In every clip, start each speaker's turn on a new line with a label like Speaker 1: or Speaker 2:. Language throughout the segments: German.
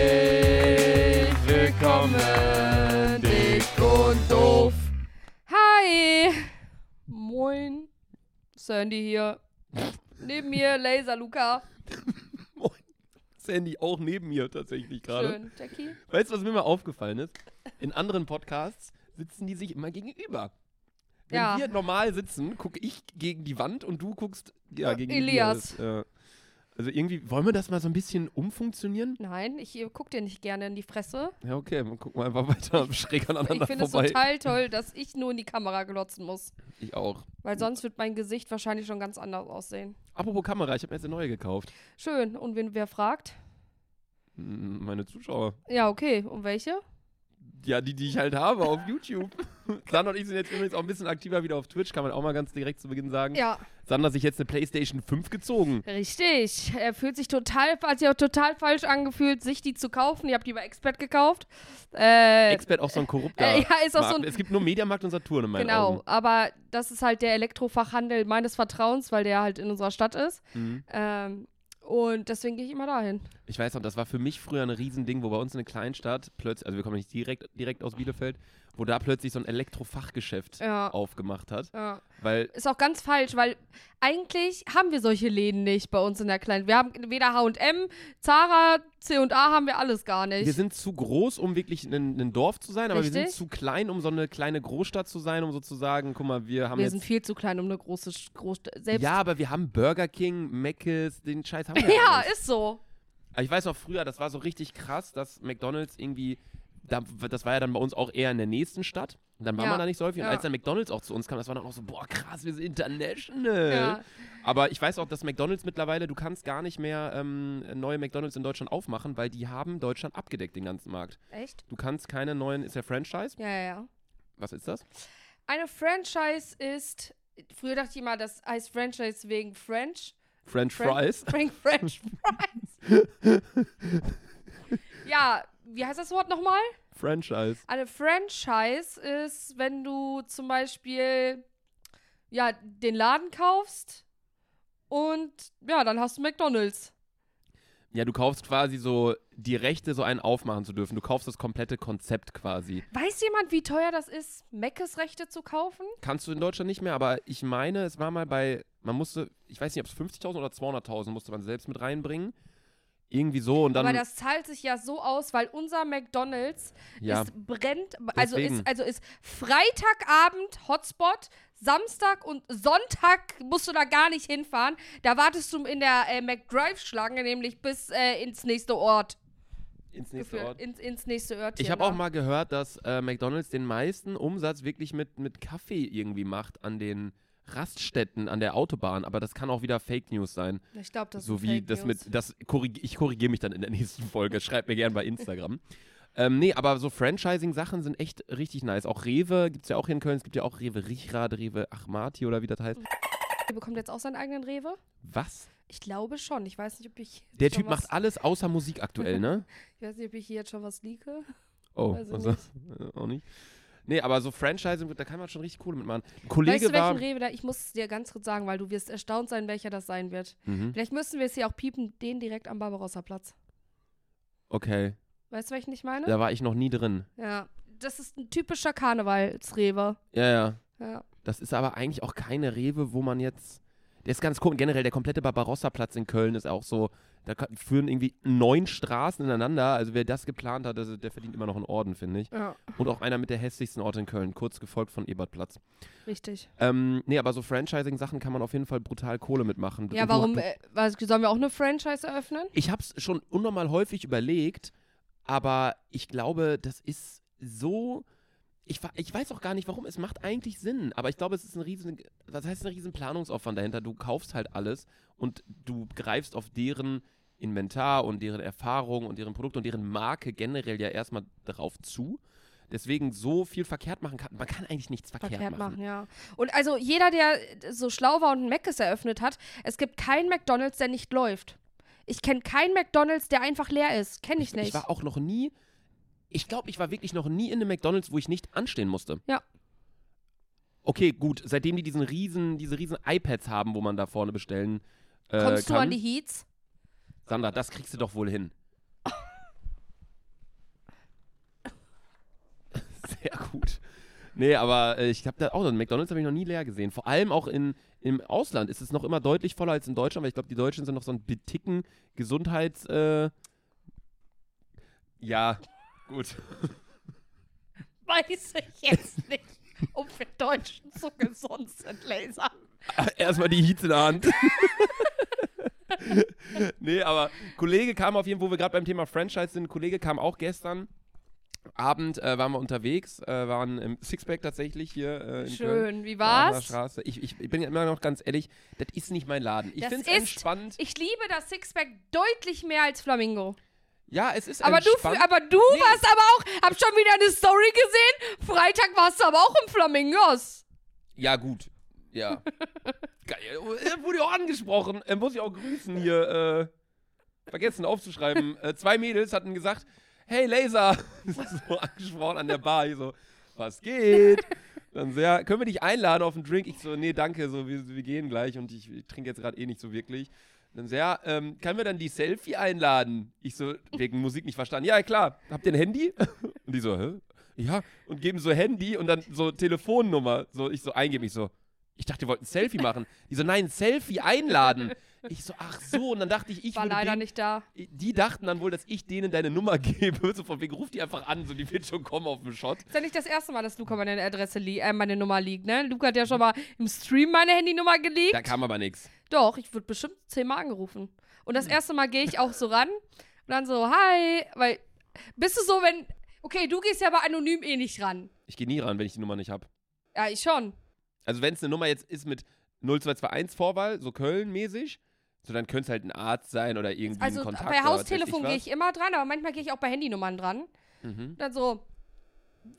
Speaker 1: Herzlich willkommen, dick und doof.
Speaker 2: Hi! Moin. Sandy hier. Neben mir Laser Luca.
Speaker 1: Sandy auch neben mir tatsächlich gerade.
Speaker 2: Schön. Jackie?
Speaker 1: Weißt du, was mir mal aufgefallen ist? In anderen Podcasts sitzen die sich immer gegenüber. Wenn
Speaker 2: Ja.
Speaker 1: wir normal sitzen, gucke ich gegen die Wand und du guckst ja,
Speaker 2: Ja,
Speaker 1: gegen
Speaker 2: Elias.
Speaker 1: Die, Wand. ja. Also irgendwie, wollen wir das mal so ein bisschen umfunktionieren?
Speaker 2: Nein, ich äh, guck dir nicht gerne in die Fresse.
Speaker 1: Ja, okay, dann gucken wir einfach weiter schräg aneinander
Speaker 2: Ich finde es
Speaker 1: vorbei.
Speaker 2: total toll, dass ich nur in die Kamera glotzen muss.
Speaker 1: ich auch.
Speaker 2: Weil sonst wird mein Gesicht wahrscheinlich schon ganz anders aussehen.
Speaker 1: Apropos Kamera, ich habe mir jetzt eine neue gekauft.
Speaker 2: Schön. Und wen, wer fragt?
Speaker 1: Hm, Meine Zuschauer.
Speaker 2: Ja, okay. Und welche?
Speaker 1: Ja, die, die ich halt habe auf YouTube. Sandra und ich sind jetzt übrigens auch ein bisschen aktiver wieder auf Twitch, kann man auch mal ganz direkt zu Beginn sagen.
Speaker 2: Ja,
Speaker 1: Sandra hat sich jetzt eine PlayStation 5 gezogen.
Speaker 2: richtig. Er fühlt sich total, hat sich auch total falsch angefühlt, sich die zu kaufen. Ich habe die bei Expert gekauft. Äh,
Speaker 1: Expert auch so ein korrupter.
Speaker 2: äh, ja, ist auch so
Speaker 1: Markt.
Speaker 2: ein-
Speaker 1: Es gibt nur Mediamarkt und Saturn in meinen
Speaker 2: Genau,
Speaker 1: Augen.
Speaker 2: aber das ist halt der Elektrofachhandel meines Vertrauens, weil der halt in unserer Stadt ist.
Speaker 1: Mhm.
Speaker 2: Ähm, und deswegen gehe ich immer dahin.
Speaker 1: Ich weiß noch, das war für mich früher ein Riesending, wo bei uns in einer Kleinstadt plötzlich, also wir kommen nicht direkt, direkt aus Bielefeld, wo da plötzlich so ein Elektrofachgeschäft
Speaker 2: Ja.
Speaker 1: aufgemacht hat.
Speaker 2: Ja.
Speaker 1: Weil,
Speaker 2: Ist auch ganz falsch, weil eigentlich haben wir solche Läden nicht bei uns in der Kleinen. Wir haben weder HM, Zara, CA haben wir alles gar nicht.
Speaker 1: wir sind zu groß, um wirklich ein, ein Dorf zu sein, aber wir sind
Speaker 2: Richtig.
Speaker 1: zu klein, um so eine kleine Großstadt zu sein, um sozusagen, guck mal, wir haben
Speaker 2: wir
Speaker 1: jetzt
Speaker 2: sind viel zu klein, um eine große Sch- Großstadt. Selbst
Speaker 1: Ja, aber wir haben Burger King, Mc's, den Scheiß haben wir ja
Speaker 2: ja,
Speaker 1: alles.
Speaker 2: ist so.
Speaker 1: Aber ich weiß noch früher, das war so richtig krass, dass McDonalds irgendwie, da, das war ja dann bei uns auch eher in der nächsten Stadt. Und dann war
Speaker 2: Ja.
Speaker 1: man da nicht so häufig. Und
Speaker 2: Ja.
Speaker 1: als dann McDonalds auch zu uns kam, das war dann auch so, boah, krass, wir sind international.
Speaker 2: Ja.
Speaker 1: Aber ich weiß auch, dass McDonalds mittlerweile, du kannst gar nicht mehr ähm, neue McDonalds in Deutschland aufmachen, weil die haben Deutschland abgedeckt, den ganzen Markt.
Speaker 2: Echt?
Speaker 1: Du kannst keine neuen, ist ja Franchise.
Speaker 2: Ja, ja, ja.
Speaker 1: Was ist das?
Speaker 2: Eine Franchise ist. Früher dachte ich immer, das heißt Franchise wegen French.
Speaker 1: French
Speaker 2: French-
Speaker 1: Fries.
Speaker 2: Frank French Fries. ja, wie heißt das Wort nochmal?
Speaker 1: Franchise.
Speaker 2: Eine Franchise ist, wenn du zum Beispiel ja, den Laden kaufst und ja, dann hast du McDonalds.
Speaker 1: Ja, du kaufst quasi so die Rechte, so einen aufmachen zu dürfen. Du kaufst das komplette Konzept quasi.
Speaker 2: Weiß jemand, wie teuer das ist, Meckes Rechte zu kaufen?
Speaker 1: Kannst du in Deutschland nicht mehr, aber ich meine, es war mal bei, man musste, ich weiß nicht, ob es 50.000 oder 200.000 musste man selbst mit reinbringen. Irgendwie so und dann.
Speaker 2: Aber das zahlt sich ja so aus, weil unser McDonalds
Speaker 1: ja,
Speaker 2: ist brennt, also
Speaker 1: Deswegen.
Speaker 2: ist, also ist Freitagabend Hotspot, Samstag und Sonntag musst du da gar nicht hinfahren. Da wartest du in der äh, McDrive-Schlange nämlich bis äh, ins nächste Ort.
Speaker 1: ins nächste
Speaker 2: Gefühlt.
Speaker 1: Ort.
Speaker 2: Ins, ins nächste Örtchen. ne?
Speaker 1: Ich habe auch
Speaker 2: da.
Speaker 1: mal gehört, dass äh, McDonalds den meisten Umsatz wirklich mit, mit Kaffee irgendwie macht an den Raststätten, an der Autobahn. Aber das kann auch wieder Fake News sein.
Speaker 2: Ich glaube, das
Speaker 1: so
Speaker 2: ist
Speaker 1: wie
Speaker 2: Fake
Speaker 1: das
Speaker 2: News.
Speaker 1: mit, das korrig, ich korrigiere mich dann in der nächsten Folge. Schreibt mir gerne bei Instagram. ähm, nee, aber so Franchising-Sachen sind echt richtig nice. Auch Rewe gibt es ja auch hier in Köln. Es gibt ja auch Rewe Richrad, Rewe Achmati oder wie das
Speaker 2: Mhm.
Speaker 1: heißt.
Speaker 2: Der bekommt jetzt auch seinen eigenen Rewe?
Speaker 1: Was?
Speaker 2: Ich glaube schon. Ich weiß nicht, ob ich. jetzt
Speaker 1: Der
Speaker 2: schon
Speaker 1: Typ
Speaker 2: was,
Speaker 1: macht alles außer Musik aktuell, ne?
Speaker 2: Ich weiß nicht, ob ich hier jetzt schon was liege.
Speaker 1: Oh,
Speaker 2: Weiß ich
Speaker 1: also, äh, auch nicht. Nee, aber so Franchising, da kann man schon richtig cool mitmachen. Ein Kollege
Speaker 2: weißt du,
Speaker 1: war.
Speaker 2: welchen Rewe da? Ich muss es dir ganz kurz sagen, weil du wirst erstaunt sein, welcher das sein wird.
Speaker 1: Mhm.
Speaker 2: Vielleicht müssen wir es hier auch piepen, den direkt am Barbarossa-Platz.
Speaker 1: Okay,
Speaker 2: Weißt du, welchen ich meine?
Speaker 1: da war ich noch nie drin.
Speaker 2: Ja, das ist ein typischer Karnevalsrewe.
Speaker 1: Ja, ja.
Speaker 2: Ja.
Speaker 1: Das ist aber eigentlich auch keine Rewe, wo man jetzt. Der ist ganz komisch. Generell, der komplette Barbarossa-Platz in Köln ist auch so. Da ka- führen irgendwie neun Straßen ineinander. Also, wer das geplant hat, also der verdient immer noch einen Orden, finde ich.
Speaker 2: ja,
Speaker 1: Und auch einer mit der hässlichsten Orte in Köln, kurz gefolgt von Ebertplatz.
Speaker 2: richtig.
Speaker 1: Ähm, nee, aber so Franchising-Sachen kann man auf jeden Fall brutal Kohle mitmachen.
Speaker 2: Ja,
Speaker 1: Du-
Speaker 2: warum
Speaker 1: du-
Speaker 2: äh, was, sollen wir auch eine Franchise eröffnen?
Speaker 1: Ich habe es schon unnormal häufig überlegt, aber ich glaube, das ist so. Ich, wa- ich weiß auch gar nicht, warum. Es macht eigentlich Sinn, aber ich glaube, es ist ein riesen, was heißt ein riesen Planungsaufwand dahinter. Du kaufst halt alles und du greifst auf deren Inventar und deren Erfahrung und deren Produkt und deren Marke generell ja erstmal darauf zu. Deswegen so viel verkehrt machen kann. Man kann eigentlich nichts verkehrt,
Speaker 2: Verkehrt
Speaker 1: machen.
Speaker 2: machen, ja. Und also jeder, der äh, so schlau war und ein Mc's eröffnet hat, es gibt keinen McDonalds, der nicht läuft. Ich kenne keinen McDonalds, der einfach leer ist. Kenne ich,
Speaker 1: Ich,
Speaker 2: nicht.
Speaker 1: war auch noch nie, ich glaube, ich war wirklich noch nie in einem McDonalds, wo ich nicht anstehen musste.
Speaker 2: Ja.
Speaker 1: Okay, gut, seitdem die diesen riesen, diese riesen iPads haben, wo man da vorne bestellen äh,
Speaker 2: Kommst
Speaker 1: kann.
Speaker 2: du an die Heats?
Speaker 1: Sandra, das kriegst du doch wohl hin. Ja, gut. Nee, aber äh, ich habe da auch, McDonalds habe ich noch nie leer gesehen. Vor allem auch in, im Ausland ist es noch immer deutlich voller als in Deutschland, weil ich glaube, die Deutschen sind noch so ein biticken Gesundheits... Äh, ja, gut.
Speaker 2: Weiß ich jetzt nicht, ob wir Deutschen so gesund sind, Laser.
Speaker 1: Erstmal die Heats in der Hand. nee, aber Kollege kam auf jeden Fall, wo wir gerade beim Thema Franchise sind, Kollege kam auch gestern Abend, äh, waren wir unterwegs, äh, waren im Sixpack tatsächlich hier äh, in Köln.
Speaker 2: Schön, wie
Speaker 1: Aachener
Speaker 2: war's?
Speaker 1: Straße. Ich, ich, ich bin ja immer noch ganz ehrlich, das ist nicht mein Laden. Ich
Speaker 2: Das
Speaker 1: finde es
Speaker 2: ist-
Speaker 1: entspannt.
Speaker 2: Ich liebe das Sixpack deutlich mehr als Flamingo.
Speaker 1: Ja, es ist
Speaker 2: Aber du,
Speaker 1: entspannt.
Speaker 2: aber du warst aber auch, hab schon wieder eine Story gesehen. Freitag warst du aber auch im Flamingos.
Speaker 1: Ja, gut. Ja. Geil. Äh, Wurde auch angesprochen. Äh, muss ich auch grüßen hier. Äh, vergessen aufzuschreiben. Äh, zwei Mädels hatten gesagt: Hey, Laser. Das ist so angesprochen an der Bar. Ich so: Was geht? Dann so, ja, können wir dich einladen auf einen Drink? Ich so: Nee, danke. So, wir, wir gehen gleich und ich, ich trinke jetzt gerade eh nicht so wirklich. Dann so, ja, ähm, können wir dann die Selfie einladen? Ich so, wegen Musik nicht verstanden. Ja, klar. Habt ihr ein Handy? Und die so, hä? Ja, und geben so Handy und dann so Telefonnummer. So, ich so eingebe, ich so, ich dachte, ihr wollt ein Selfie machen. Die so, nein, ein Selfie einladen. Ich so, ach so. Und dann dachte ich, ich
Speaker 2: War
Speaker 1: würde
Speaker 2: leider
Speaker 1: denen,
Speaker 2: nicht da.
Speaker 1: Die dachten dann wohl, dass ich denen deine Nummer gebe. So von wegen, ruf die einfach an, so die wird schon kommen auf den Shot.
Speaker 2: Ist ja nicht das erste Mal, dass Luca meine Adresse li äh, meine Nummer liegt, ne? Luca hat ja schon mal im Stream meine Handynummer geleakt.
Speaker 1: Da kam aber nichts.
Speaker 2: Doch, ich wurde bestimmt zehnmal angerufen. Und
Speaker 1: Hm.
Speaker 2: das erste Mal gehe ich auch so ran und dann so, hi, weil bist du so, wenn. Okay, du gehst ja aber anonym eh nicht ran.
Speaker 1: Ich gehe nie ran, wenn ich die Nummer nicht habe.
Speaker 2: Ja, ich schon.
Speaker 1: Also wenn es eine Nummer jetzt ist mit 0221 Vorwahl, so Köln-mäßig, so dann könnte es halt ein Arzt sein oder irgendwie
Speaker 2: Also
Speaker 1: ein Kontakt.
Speaker 2: bei
Speaker 1: oder was weiß
Speaker 2: Haustelefon gehe ich immer dran, aber manchmal gehe ich auch bei Handynummern dran.
Speaker 1: was. Mhm.
Speaker 2: Und dann so,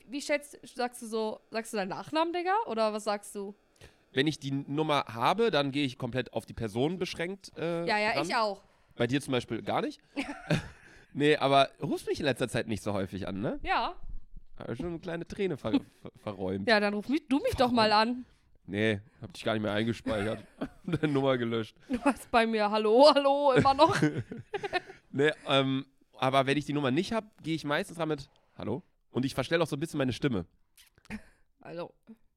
Speaker 2: wie schätzt, sagst du so, sagst du deinen Nachnamen, Digga? Oder was sagst du?
Speaker 1: Wenn ich die Nummer habe, dann gehe ich komplett auf die Person beschränkt. Äh,
Speaker 2: Ja, ja,
Speaker 1: ran.
Speaker 2: ich auch.
Speaker 1: Bei dir zum Beispiel gar nicht. nee, aber rufst mich in letzter Zeit nicht so häufig an, ne?
Speaker 2: Ja.
Speaker 1: Hab ich schon eine kleine Träne ver ver verräumt.
Speaker 2: Ja, dann ruf mich, du mich doch mal an.
Speaker 1: Nee, hab dich gar nicht mehr eingespeichert. Deine Nummer gelöscht.
Speaker 2: Du warst bei mir, hallo, hallo, immer noch.
Speaker 1: Nee, ähm, aber wenn ich die Nummer nicht habe, gehe ich meistens damit. Hallo? Und ich verstelle auch so ein bisschen meine Stimme.
Speaker 2: Also,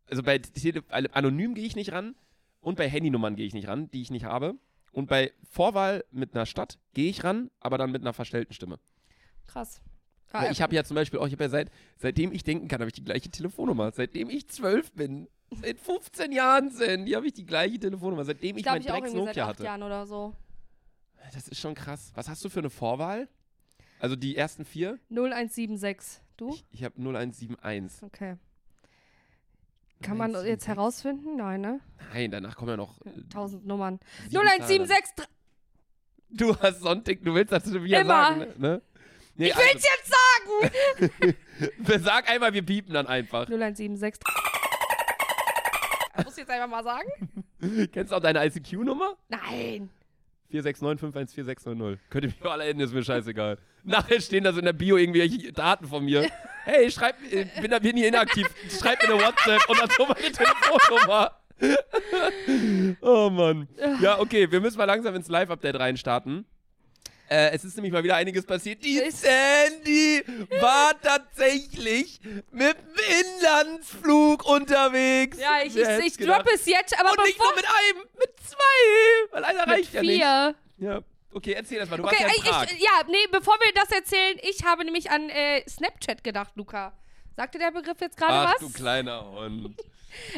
Speaker 1: Also bei Tele alle- anonym gehe ich nicht ran und bei Handynummern gehe ich nicht ran, die ich nicht habe. Und bei Vorwahl mit einer Stadt gehe ich ran, aber dann mit einer verstellten Stimme.
Speaker 2: krass. Äh,
Speaker 1: Weil ich habe Ah, ja zum Beispiel auch, ich habe ja seit, seitdem ich denken kann, habe ich die gleiche Telefonnummer. Seitdem ich zwölf bin, seit 15 Jahren sind, die habe ich die gleiche Telefonnummer, seitdem ich,
Speaker 2: glaub,
Speaker 1: mein Drecks Nokia hatte.
Speaker 2: Jahren oder so.
Speaker 1: Das ist schon krass. Was hast du für eine Vorwahl? Also die ersten vier?
Speaker 2: 0176. Du?
Speaker 1: Ich, ich habe 0171.
Speaker 2: Okay. Kann man jetzt
Speaker 1: 0176.
Speaker 2: herausfinden? Nein, ne?
Speaker 1: Nein, danach kommen ja noch. äh,
Speaker 2: 1000 Nummern.
Speaker 1: sieben Zahlen.
Speaker 2: 0176. dr-
Speaker 1: Du hast Sonntag, du willst das wieder
Speaker 2: Immer.
Speaker 1: sagen, ne? Nee,
Speaker 2: Ich will's jetzt sagen!
Speaker 1: also, sag einmal, wir piepen dann einfach.
Speaker 2: 0176. Muss ich jetzt einfach mal sagen?
Speaker 1: Kennst du auch deine ICQ-Nummer?
Speaker 2: Nein.
Speaker 1: 469-514-690. Könnt ihr mich überall enden, ist mir scheißegal. Nachher stehen da so in der Bio irgendwelche Daten von mir. Hey, schreib, äh, bin, da- bin hier inaktiv, schreib mir eine WhatsApp und dann so meine Telefonnummer. oh Mann. Ja, okay, wir müssen mal langsam ins Live-Update reinstarten. Äh, es ist nämlich mal wieder einiges passiert. Die
Speaker 2: Ist-
Speaker 1: Sandy war tatsächlich mit dem Inlandsflug unterwegs.
Speaker 2: Ja, ich, ich,
Speaker 1: Wer hätt's
Speaker 2: ich
Speaker 1: gedacht? Oh,
Speaker 2: droppe es jetzt, aber
Speaker 1: Und nicht
Speaker 2: bevor
Speaker 1: nur mit einem, mit zwei. Weil einer reicht ja nicht.
Speaker 2: vier.
Speaker 1: Ja. Okay, erzähl das mal. Du
Speaker 2: Okay,
Speaker 1: warst ja in
Speaker 2: ich,
Speaker 1: Prag.
Speaker 2: ich, ja, nee, bevor wir das erzählen, ich habe nämlich an äh, Snapchat gedacht, Luca. Sagte der Begriff jetzt gerade
Speaker 1: Ach,
Speaker 2: was?
Speaker 1: du kleiner Hund.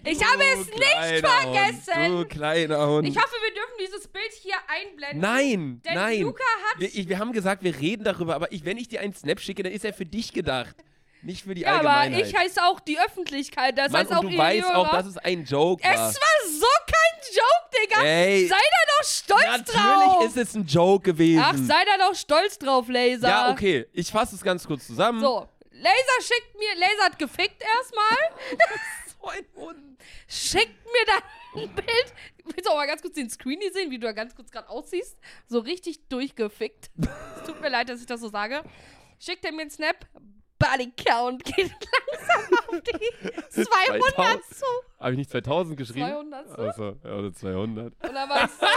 Speaker 2: ich habe
Speaker 1: Du
Speaker 2: es nicht
Speaker 1: kleiner
Speaker 2: vergessen.
Speaker 1: Hund. Du kleiner Hund.
Speaker 2: Ich hoffe, wir dürfen dieses Bild hier einblenden.
Speaker 1: nein,
Speaker 2: Denn
Speaker 1: nein.
Speaker 2: Luca hat.
Speaker 1: wir, ich, wir haben gesagt, wir reden darüber, aber ich, wenn ich dir einen Snap schicke, dann ist er für dich gedacht. Nicht für die
Speaker 2: ja, aber
Speaker 1: Allgemeinheit.
Speaker 2: ich heiße auch die Öffentlichkeit. Das
Speaker 1: Mann,
Speaker 2: heißt auch
Speaker 1: und du
Speaker 2: ihr
Speaker 1: weißt
Speaker 2: Hörer.
Speaker 1: auch, dass es ein Joke
Speaker 2: es
Speaker 1: war.
Speaker 2: war so kein Joke, Digga.
Speaker 1: Ey.
Speaker 2: Sei da doch stolz
Speaker 1: Natürlich
Speaker 2: drauf.
Speaker 1: ist es ein Joke gewesen.
Speaker 2: Ach, sei da doch stolz drauf, Laser.
Speaker 1: Ja, okay. Ich fasse es ganz kurz zusammen.
Speaker 2: So, Laser schickt mir. Laser hat gefickt erstmal.
Speaker 1: So ein Hund.
Speaker 2: schickt mir dann ein Bild. Willst du auch mal ganz kurz den Screen hier sehen, wie du da ganz kurz gerade aussiehst? So richtig durchgefickt. es tut mir leid, dass ich das so sage. Schickt er mir einen Snap. Body Count geht langsam auf die 200 zu.
Speaker 1: Habe ich nicht 2000 geschrieben?
Speaker 2: 200.
Speaker 1: Also, ja, oder 200.
Speaker 2: Und dann war ich so.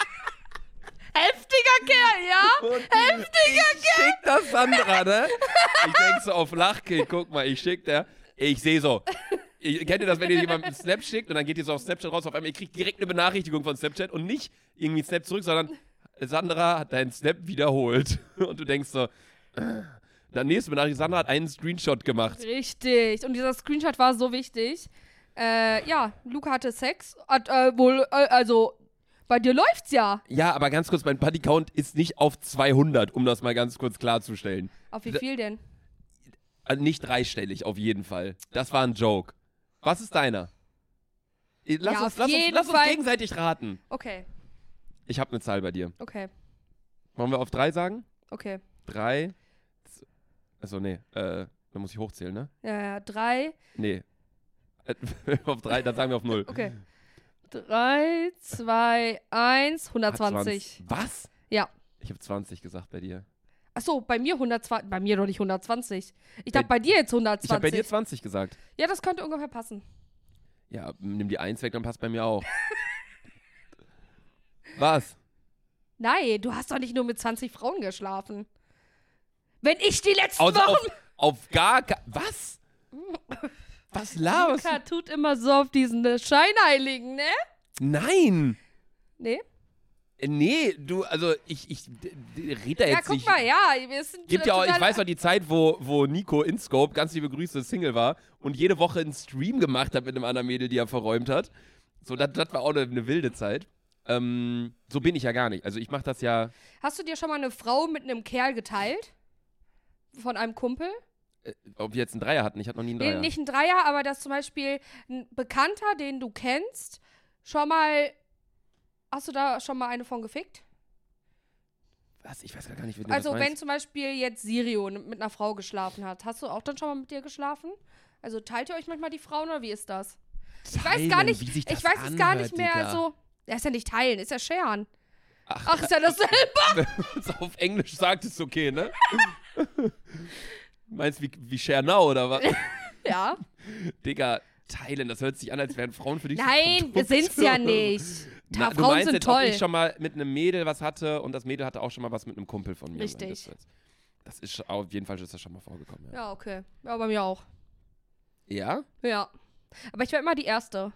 Speaker 2: Heftiger Kerl, ja?
Speaker 1: Und ich schick das Sandra, ne? Ich denk so auf Lachkind, guck mal, ich schick der. Ich sehe so. Ich, kennt ihr das, wenn ihr jemandem einen Snap schickt und dann geht ihr so auf Snapchat raus, auf einmal ihr kriegt direkt eine Benachrichtigung von Snapchat und nicht irgendwie einen Snap zurück, sondern Sandra hat deinen Snap wiederholt. Und du denkst so, äh. dann nächste Benachrichtigung, Sandra hat einen Screenshot gemacht.
Speaker 2: Richtig. Und dieser Screenshot war so wichtig. Äh, ja, Luca hatte Sex. Hat, äh, wohl, äh, also, bei dir läuft's ja.
Speaker 1: Ja, aber ganz kurz, mein Buddy-Count ist nicht auf 200, um das mal ganz kurz klarzustellen.
Speaker 2: Auf wie
Speaker 1: Da-
Speaker 2: viel denn?
Speaker 1: Also nicht dreistellig, auf jeden Fall. Das war ein Joke. Was ist deiner? Äh, Lass,
Speaker 2: Ja,
Speaker 1: uns,
Speaker 2: auf
Speaker 1: lass, uns,
Speaker 2: jeden
Speaker 1: lass uns
Speaker 2: Fall.
Speaker 1: gegenseitig raten.
Speaker 2: Okay,
Speaker 1: Ich habe eine Zahl bei dir.
Speaker 2: okay,
Speaker 1: Wollen wir auf drei sagen?
Speaker 2: okay.
Speaker 1: Drei. z- Achso, nee. Äh, da muss ich hochzählen, ne?
Speaker 2: Ja, ja, drei,
Speaker 1: Nee. Äh, auf drei, dann sagen wir auf null.
Speaker 2: okay. Drei, zwei, eins, 120.
Speaker 1: Hat 20. Was?
Speaker 2: Ja.
Speaker 1: Ich habe 20 gesagt bei dir.
Speaker 2: Achso, bei mir 120. Bei mir doch nicht 120. Ich
Speaker 1: Bei-
Speaker 2: dachte, bei dir jetzt
Speaker 1: Ich habe bei
Speaker 2: 120.
Speaker 1: dir 20 gesagt.
Speaker 2: ja, das könnte ungefähr passen.
Speaker 1: Ja, nimm die Eins weg, dann passt bei mir auch. Was?
Speaker 2: Nein, du hast doch nicht nur mit 20 Frauen geschlafen. Wenn ich die letzten
Speaker 1: Aus,
Speaker 2: Wochen
Speaker 1: Also auf, auf gar ke- Was? Was laberst du?
Speaker 2: Luca tut immer so auf diesen äh, Scheinheiligen, ne?
Speaker 1: Nein!
Speaker 2: Nee?
Speaker 1: Äh, Nee, du, also ich, ich d- d- red da jetzt
Speaker 2: ja, guck
Speaker 1: nicht.
Speaker 2: mal, ja. Wir sind äh,
Speaker 1: Gibt ja auch, ich
Speaker 2: total-
Speaker 1: weiß noch die Zeit, wo, wo Nico in Scope, ganz liebe Grüße, Single war und jede Woche einen Stream gemacht hat mit einem anderen Mädel, die er verräumt hat. So, das das war auch eine, eine wilde Zeit. Ähm, so bin ich ja gar nicht. Also ich mache das ja,
Speaker 2: Hast du dir schon mal eine Frau mit einem Kerl geteilt? Von einem Kumpel?
Speaker 1: ob wir jetzt einen Dreier hatten, ich hatte noch nie einen
Speaker 2: Nee,
Speaker 1: Dreier.
Speaker 2: nicht ein Dreier, aber dass zum Beispiel ein Bekannter, den du kennst, schon mal. Hast du da schon mal eine von gefickt?
Speaker 1: Was? Ich weiß gar nicht, wie du
Speaker 2: also,
Speaker 1: das
Speaker 2: wenn
Speaker 1: meinst.
Speaker 2: zum Beispiel jetzt Sirio n- mit einer Frau geschlafen hat, hast du auch dann schon mal mit dir geschlafen? Also, teilt ihr euch manchmal die Frauen oder wie ist das? Ich weiß gar
Speaker 1: Teilen,
Speaker 2: nicht.
Speaker 1: wie sich das
Speaker 2: ich weiß es gar
Speaker 1: anhört,
Speaker 2: nicht mehr
Speaker 1: Digga.
Speaker 2: so. Ja, ist ja nicht teilen, ist ja sharen.
Speaker 1: Ach,
Speaker 2: Ach, ist ja dasselbe.
Speaker 1: wenn man es auf Englisch sagt, ist okay, ne? meinst wie, wie Share Now oder was?
Speaker 2: Ja.
Speaker 1: Digga, teilen, das hört sich an, als wären Frauen für dich so
Speaker 2: Nein, wir
Speaker 1: Produkt.
Speaker 2: sind's ja nicht. Ta-
Speaker 1: Na, du
Speaker 2: Frauen
Speaker 1: meinst
Speaker 2: sind
Speaker 1: jetzt,
Speaker 2: toll.
Speaker 1: ob ich schon mal mit einem Mädel was hatte und das Mädel hatte auch schon mal was mit einem Kumpel von mir.
Speaker 2: Richtig.
Speaker 1: Das ist- Das ist schon- auf jeden Fall ist das schon mal vorgekommen. Ja.
Speaker 2: Ja, okay. Ja, bei mir auch.
Speaker 1: Ja?
Speaker 2: Ja. Aber ich war immer die Erste.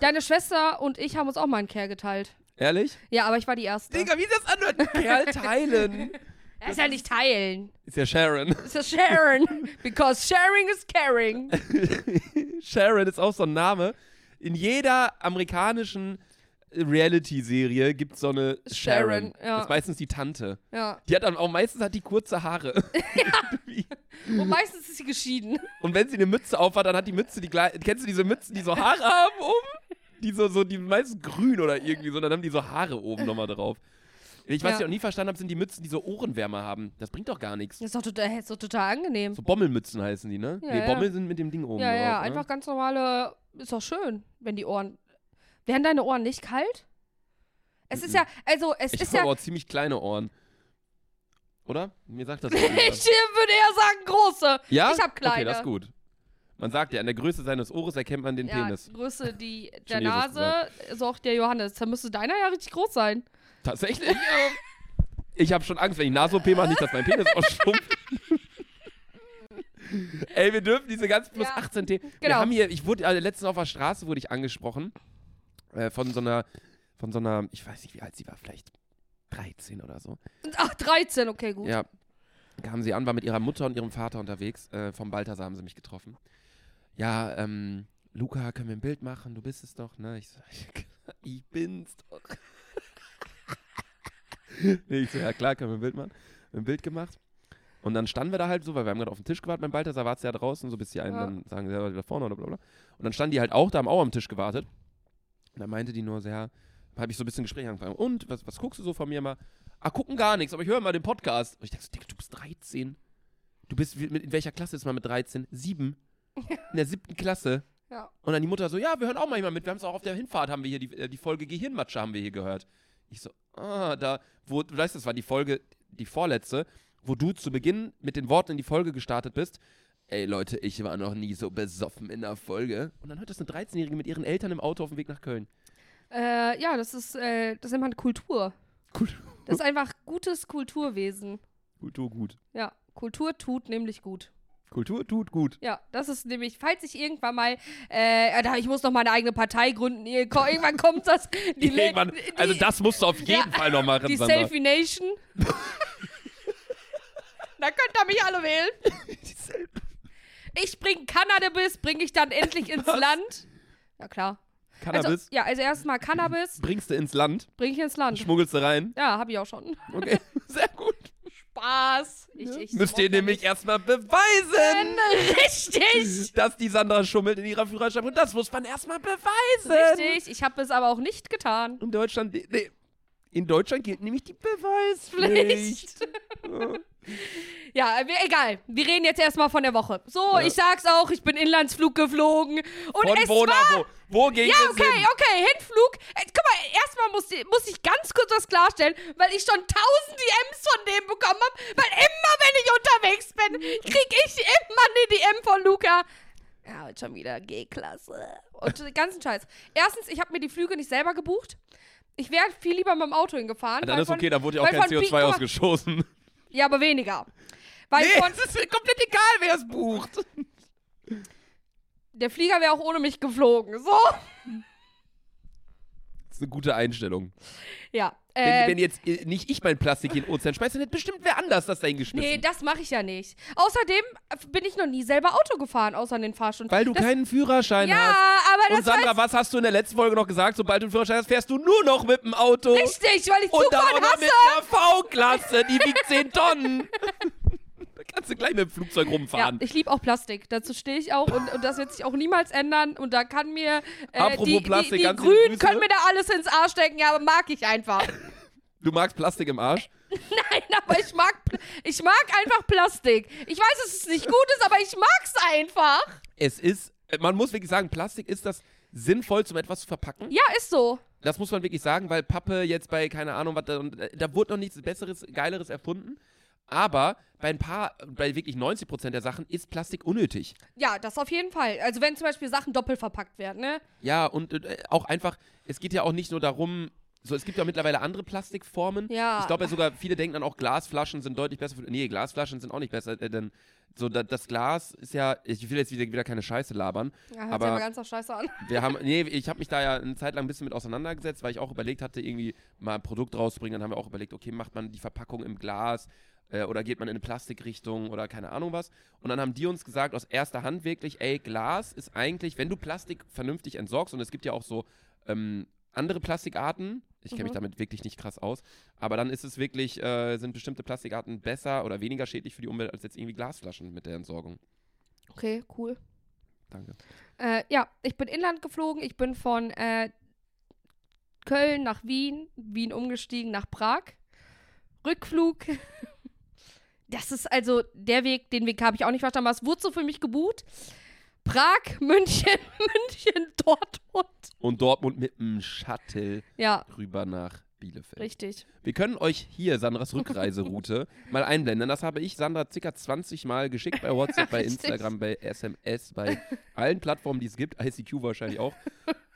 Speaker 2: Deine Schwester und ich haben uns auch mal einen Kerl geteilt.
Speaker 1: Ehrlich?
Speaker 2: Ja, aber ich war die Erste.
Speaker 1: Digga, wie das anhört. Kerl teilen.
Speaker 2: Das ist ja nicht teilen.
Speaker 1: Ist ja Sharon.
Speaker 2: Das ist ja Sharon. Because sharing is caring.
Speaker 1: Sharon ist auch so ein Name. In jeder amerikanischen Reality-Serie gibt es so eine
Speaker 2: Sharon,
Speaker 1: Sharon.
Speaker 2: ja.
Speaker 1: Das ist meistens die Tante.
Speaker 2: Ja.
Speaker 1: Die hat dann auch meistens hat die kurze Haare.
Speaker 2: Und meistens ist sie geschieden.
Speaker 1: Und wenn sie eine Mütze auf hat, dann hat die Mütze die gleiche. Kennst du diese Mützen, die so Haare haben oben? Die so, so, die meistens grün oder irgendwie so, dann haben die so Haare oben nochmal drauf. Ich was
Speaker 2: Ja.
Speaker 1: ich auch nie verstanden habe, sind die Mützen, die so Ohrenwärmer haben. Das bringt doch gar nichts.
Speaker 2: Das ist doch total, das ist doch total angenehm.
Speaker 1: So Bommelmützen heißen die, ne?
Speaker 2: Ja,
Speaker 1: nee,
Speaker 2: ja.
Speaker 1: Bommel sind mit dem Ding oben
Speaker 2: ja,
Speaker 1: drauf.
Speaker 2: ja,
Speaker 1: ne?
Speaker 2: einfach ganz normale. Ist doch schön, wenn die Ohren. Werden deine Ohren nicht kalt? Es ist ja, also es
Speaker 1: Mhm. Ich
Speaker 2: ist
Speaker 1: habe
Speaker 2: ja.
Speaker 1: aber auch ziemlich kleine Ohren. Oder? Mir sagt das
Speaker 2: Ich
Speaker 1: nicht.
Speaker 2: würde eher sagen große.
Speaker 1: ja?
Speaker 2: ich hab
Speaker 1: Okay,
Speaker 2: kleine.
Speaker 1: das ist gut. Man sagt ja, an der Größe seines Ohres erkennt man den
Speaker 2: ja,
Speaker 1: Penis.
Speaker 2: Größe die der
Speaker 1: Jesus
Speaker 2: Nase ist auch der Johannes. Dann müsste deiner ja richtig groß sein.
Speaker 1: Tatsächlich? Ich habe schon Angst, wenn ich Nasen-OP mache, nicht, dass mein Penis ausschrumpft. Ey, wir dürfen diese ganz plus
Speaker 2: Ja,
Speaker 1: 18 Themen. Wir
Speaker 2: genau.
Speaker 1: haben hier, ich wurde äh, letztens auf der Straße wurde ich angesprochen äh, von so einer, von so einer, ich weiß nicht, wie alt sie war, vielleicht 13 oder so.
Speaker 2: Ach, 13, okay, gut.
Speaker 1: Ja. Kamen sie an, war mit ihrer Mutter und ihrem Vater unterwegs. Äh, vom Balthasar haben sie mich getroffen. Ja, ähm, Luca, können wir ein Bild machen? Du bist es doch, ne? Ich, so, ich bin's doch. nee, ich so, ja klar, können wir ein Bild machen. Ein Bild gemacht. Und dann standen wir da halt so, weil wir haben gerade auf den Tisch gewartet. Mein Balthasar war ja draußen, so bis die einen
Speaker 2: Ja.
Speaker 1: dann sagen, ja, da vorne oder bla bla. Und dann standen die halt auch da, haben auch am Tisch gewartet. Und dann meinte die nur so, ja, habe ich so ein bisschen Gespräch angefangen. Und, was, was guckst du so von mir mal? Ah, gucken gar nichts, aber ich höre mal den Podcast. Und ich dachte so, Digga, du bist 13. Du bist, wie- mit, in welcher Klasse ist man mit 13? Sieben. In der siebten Klasse.
Speaker 2: Ja.
Speaker 1: Und dann die Mutter so, ja, wir hören auch manchmal mit. Wir haben es auch auf der Hinfahrt, haben wir hier die, äh, die Folge Gehirnmatsche haben wir hier gehört. Ich so, ah, da, wo, du weißt, das war die Folge, die vorletzte, wo du zu Beginn mit den Worten in die Folge gestartet bist. Ey Leute, ich war noch nie so besoffen in der Folge. Und dann hört das eine 13-Jährige mit ihren Eltern im Auto auf dem Weg nach Köln.
Speaker 2: Äh, ja, das ist, äh, das nennt man Kultur.
Speaker 1: Cool.
Speaker 2: Das ist einfach gutes Kulturwesen.
Speaker 1: Kultur gut.
Speaker 2: Ja, Kultur tut nämlich gut.
Speaker 1: Kultur tut gut.
Speaker 2: Ja, das ist nämlich, falls ich irgendwann mal, äh, da- ich muss noch meine eigene Partei gründen, ihr- ko- irgendwann kommt das, die, Le-
Speaker 1: Irgendwann,
Speaker 2: die,
Speaker 1: also das musst du auf jeden
Speaker 2: Ja,
Speaker 1: Fall noch machen,
Speaker 2: die
Speaker 1: Sandra.
Speaker 2: Selfie Nation. da könnt ihr mich alle wählen. Ich bring Cannabis, bringe ich dann endlich ins Land. Ja, klar.
Speaker 1: Cannabis
Speaker 2: Also, ja, also erstmal Cannabis
Speaker 1: bringst du ins Land,
Speaker 2: bringe ich ins Land.
Speaker 1: schmuggelst du rein.
Speaker 2: Ja, habe ich auch schon.
Speaker 1: Okay, sehr gut.
Speaker 2: Spaß. Ich, ich
Speaker 1: Müsst ihr nämlich erstmal
Speaker 2: Genau.
Speaker 1: beweisen,
Speaker 2: Richtig.
Speaker 1: dass die Sandra schummelt in ihrer Führerschaft. Und das muss man erstmal beweisen.
Speaker 2: Richtig. Ich habe es aber auch nicht getan.
Speaker 1: In Deutschland, nee, in Deutschland gilt nämlich die Beweispflicht.
Speaker 2: Pflicht. ja, wir- egal. Wir reden jetzt erstmal von der Woche. So, ich sag's auch, ich bin Inlandsflug geflogen. Und
Speaker 1: Von
Speaker 2: es
Speaker 1: wo
Speaker 2: war.
Speaker 1: nach wo? Wo ging
Speaker 2: Ja,
Speaker 1: es hin?
Speaker 2: okay, okay, Hinflug. Äh, guck mal, erstmal muss, die- muss ich ganz kurz was klarstellen, weil ich schon tausend DMs von dem bekommen habe, weil immer, wenn ich unterwegs bin, krieg ich immer eine DM von Luca. Ja, heute schon wieder G-Klasse. Und den ganzen Scheiß. Erstens, ich habe mir die Flüge nicht selber gebucht. Ich wäre viel lieber mit dem Auto hingefahren.
Speaker 1: Dann
Speaker 2: weil
Speaker 1: ist
Speaker 2: von-
Speaker 1: okay, dann wurde ja auch
Speaker 2: weil
Speaker 1: kein
Speaker 2: von Pi- guck
Speaker 1: CO2
Speaker 2: mal,
Speaker 1: ausgeschossen.
Speaker 2: Ja, aber weniger. Weil von,
Speaker 1: es ist komplett egal, wer es bucht.
Speaker 2: der Flieger wäre auch ohne mich geflogen. So.
Speaker 1: Das ist eine gute Einstellung.
Speaker 2: Ja.
Speaker 1: Wenn,
Speaker 2: äh,
Speaker 1: wenn jetzt äh, nicht ich mein Plastik in den Ozean schmeiße, dann hätte bestimmt wer anders das dahin geschmissen.
Speaker 2: Nee, das mache ich ja nicht. Außerdem bin ich noch nie selber Auto gefahren, außer in den Fahrstunden.
Speaker 1: Weil du
Speaker 2: das,
Speaker 1: keinen Führerschein hast.
Speaker 2: Ja, aber
Speaker 1: Und
Speaker 2: das war
Speaker 1: Sandra, was hast du in der letzten Folge noch gesagt? Sobald du einen Führerschein hast, fährst du nur noch mit dem Auto.
Speaker 2: richtig, weil ich
Speaker 1: Und dann auch
Speaker 2: Zugfahren
Speaker 1: noch
Speaker 2: hasse.
Speaker 1: mit einer V-Klasse, die wiegt 10 Tonnen. da kannst du gleich mit dem Flugzeug
Speaker 2: Ja,
Speaker 1: rumfahren.
Speaker 2: ich liebe auch Plastik. Dazu stehe ich auch und, und das wird sich auch niemals ändern. Und da kann mir äh,
Speaker 1: Apropos
Speaker 2: die,
Speaker 1: Plastik,
Speaker 2: die, die
Speaker 1: ganz liebe
Speaker 2: Grünen
Speaker 1: Grüße.
Speaker 2: können mir da alles ins Arsch stecken. Ja, aber mag ich einfach.
Speaker 1: du magst Plastik im Arsch?
Speaker 2: Nein, aber ich mag, ich mag einfach Plastik. Ich weiß, dass es nicht gut ist, aber ich mag's einfach.
Speaker 1: Es ist, äh, man muss wirklich sagen, Plastik ist das sinnvollste, um etwas zu verpacken.
Speaker 2: Ja, ist so.
Speaker 1: Das muss man wirklich sagen, weil Pappe jetzt bei, keine Ahnung, was da, und, äh, da wurde noch nichts Besseres, Geileres erfunden. Aber bei ein paar, bei wirklich 90% der Sachen ist Plastik unnötig.
Speaker 2: Ja, das auf jeden Fall. Also wenn zum Beispiel Sachen doppelt verpackt werden, ne?
Speaker 1: Ja, und äh, auch einfach, es geht ja auch nicht nur darum, so, es gibt ja mittlerweile andere Plastikformen.
Speaker 2: Ja.
Speaker 1: Ich glaube ja sogar, viele denken dann auch, Glasflaschen sind deutlich besser. Für, nee, Glasflaschen sind auch nicht besser, äh, denn so da, das Glas ist ja, ich will jetzt wieder, wieder keine Scheiße labern,
Speaker 2: Ja, hört sich
Speaker 1: aber
Speaker 2: aber ganz nach Scheiße an.
Speaker 1: wir haben, nee, ich habe mich da ja eine Zeit lang ein bisschen mit auseinandergesetzt, weil ich auch überlegt hatte, irgendwie mal ein Produkt rauszubringen. Dann haben wir auch überlegt, okay, macht man die Verpackung im Glas äh, oder geht man in eine Plastikrichtung oder keine Ahnung was. Und dann haben die uns gesagt, aus erster Hand wirklich, ey, Glas ist eigentlich, wenn du Plastik vernünftig entsorgst, und es gibt ja auch so ähm, andere Plastikarten, ich kenne mich
Speaker 2: Mhm.
Speaker 1: damit wirklich nicht krass aus, aber dann ist es wirklich, äh, sind bestimmte Plastikarten besser oder weniger schädlich für die Umwelt als jetzt irgendwie Glasflaschen mit der Entsorgung.
Speaker 2: Okay, cool.
Speaker 1: Danke.
Speaker 2: Äh, ja, ich bin inland geflogen. Ich bin von äh, Köln nach Wien, Wien umgestiegen nach Prag. Rückflug. Das ist also der Weg, den Weg habe ich auch nicht verstanden. Was wurde so für mich gebucht? Prag, München, München, Dortmund.
Speaker 1: Und Dortmund mit dem Shuttle
Speaker 2: Ja,
Speaker 1: rüber nach Bielefeld.
Speaker 2: richtig.
Speaker 1: Wir können euch hier Sandras Rückreiseroute mal einblenden. Das habe ich Sandra circa 20 Mal geschickt bei WhatsApp, bei
Speaker 2: Richtig.
Speaker 1: Instagram, bei SMS, bei allen Plattformen, die es gibt. ICQ wahrscheinlich auch.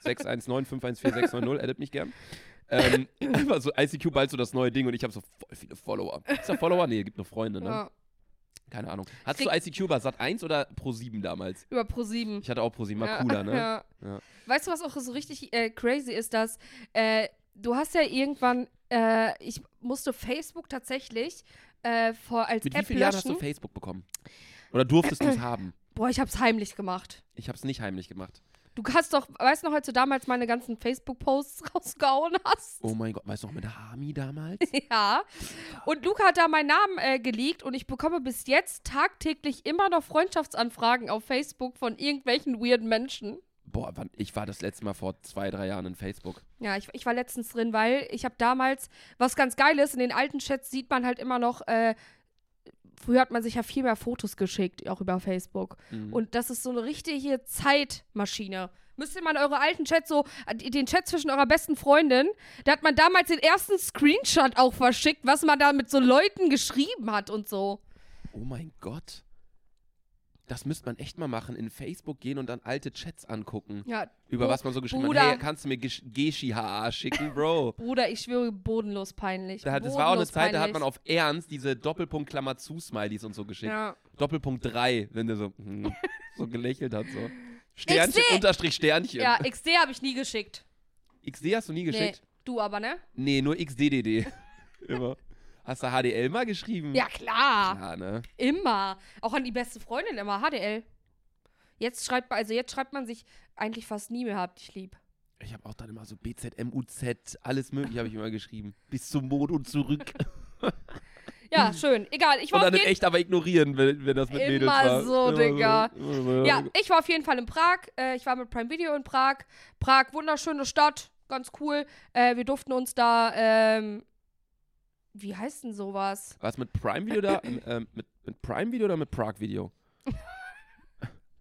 Speaker 1: 619-514-690, addet mich gern. Ähm, einfach so ICQ bald so das neue Ding und ich habe so voll viele Follower. Ist da Follower? Nee, gibt nur Freunde, ne?
Speaker 2: Ja,
Speaker 1: Keine Ahnung. Hast
Speaker 2: Krieg-
Speaker 1: du ICQ bei Sat 1 oder Pro 7 damals?
Speaker 2: über Pro7.
Speaker 1: Ich hatte auch Pro 7, war
Speaker 2: Ja,
Speaker 1: cooler, ne?
Speaker 2: ja.
Speaker 1: Ja.
Speaker 2: Weißt du, was auch so richtig äh, crazy ist, dass äh, du hast ja irgendwann, äh, ich musste Facebook tatsächlich äh, vor, als
Speaker 1: Mit wie
Speaker 2: App
Speaker 1: vielen Jahren hast
Speaker 2: löschen.
Speaker 1: du Facebook bekommen? Oder durftest du es haben?
Speaker 2: Boah, ich hab's heimlich gemacht.
Speaker 1: Ich habe es nicht heimlich gemacht.
Speaker 2: Du hast doch, weißt du noch, als du damals meine ganzen Facebook-Posts rausgehauen hast?
Speaker 1: Oh mein Gott, weißt du noch mit der Hami damals?
Speaker 2: Ja. Und Luca hat da meinen Namen äh, geleakt und ich bekomme bis jetzt tagtäglich immer noch Freundschaftsanfragen auf Facebook von irgendwelchen weirden Menschen.
Speaker 1: Boah, wann, ich war das letzte Mal vor zwei, drei Jahren in Facebook.
Speaker 2: Ja, ich, ich war letztens drin, weil ich habe damals, was ganz geil ist, in den alten Chats sieht man halt immer noch, äh, früher hat man sich ja viel mehr Fotos geschickt, auch über Facebook.
Speaker 1: Mhm.
Speaker 2: Und das ist so eine richtige Zeitmaschine. Müsst ihr mal in eure alten Chats so, äh, den Chat zwischen eurer besten Freundin, da hat man damals den ersten Screenshot auch verschickt, was man da mit so Leuten geschrieben hat und so.
Speaker 1: Oh mein Gott. Das müsste man echt mal machen. In Facebook gehen und dann alte Chats angucken.
Speaker 2: Ja,
Speaker 1: Über
Speaker 2: Bro-
Speaker 1: was man so geschrieben
Speaker 2: Bruder.
Speaker 1: hat. Hey, kannst du mir Gesch- Geschi HA schicken, Bro?
Speaker 2: Bruder, ich schwöre, bodenlos peinlich.
Speaker 1: Da, hat- das
Speaker 2: bodenlos
Speaker 1: war auch eine Zeit, da hat
Speaker 2: peinlich.
Speaker 1: man auf Ernst diese Doppelpunkt-Klammer-zu-Smileys und so geschickt.
Speaker 2: Ja.
Speaker 1: Doppelpunkt 3, wenn der so, hm, so gelächelt hat. So. Sternchen,
Speaker 2: seh-
Speaker 1: Unterstrich Sternchen.
Speaker 2: ja, XD habe ich nie geschickt.
Speaker 1: XD hast du nie geschickt?
Speaker 2: Nee, du aber, ne?
Speaker 1: Nee, nur XDDD. Immer. Hast du HDL mal geschrieben?
Speaker 2: Ja, klar.
Speaker 1: Ja, ne?
Speaker 2: Immer. Auch an die beste Freundin immer, HDL. Jetzt schreibt man, also jetzt schreibt man sich eigentlich fast nie mehr hab dich lieb.
Speaker 1: Ich habe auch dann immer so BZMUZ, alles mögliche habe ich immer geschrieben. Bis zum Mond und zurück.
Speaker 2: Ja, schön. Egal, ich
Speaker 1: Hm.
Speaker 2: war
Speaker 1: und
Speaker 2: auf
Speaker 1: dann in
Speaker 2: jeden
Speaker 1: echt aber ignorieren, wenn, wenn das mit
Speaker 2: Immer
Speaker 1: Mädels war.
Speaker 2: so, Digga.
Speaker 1: So, immer so.
Speaker 2: Ja, ich war auf jeden Fall in Prag. Äh, ich war mit Prime Video in Prag. Prag, wunderschöne Stadt, ganz cool. Äh, wir durften uns da, ähm, wie heißt denn sowas?
Speaker 1: Was mit Prime Video da? ähm, mit, mit Prime Video oder mit Prag Video?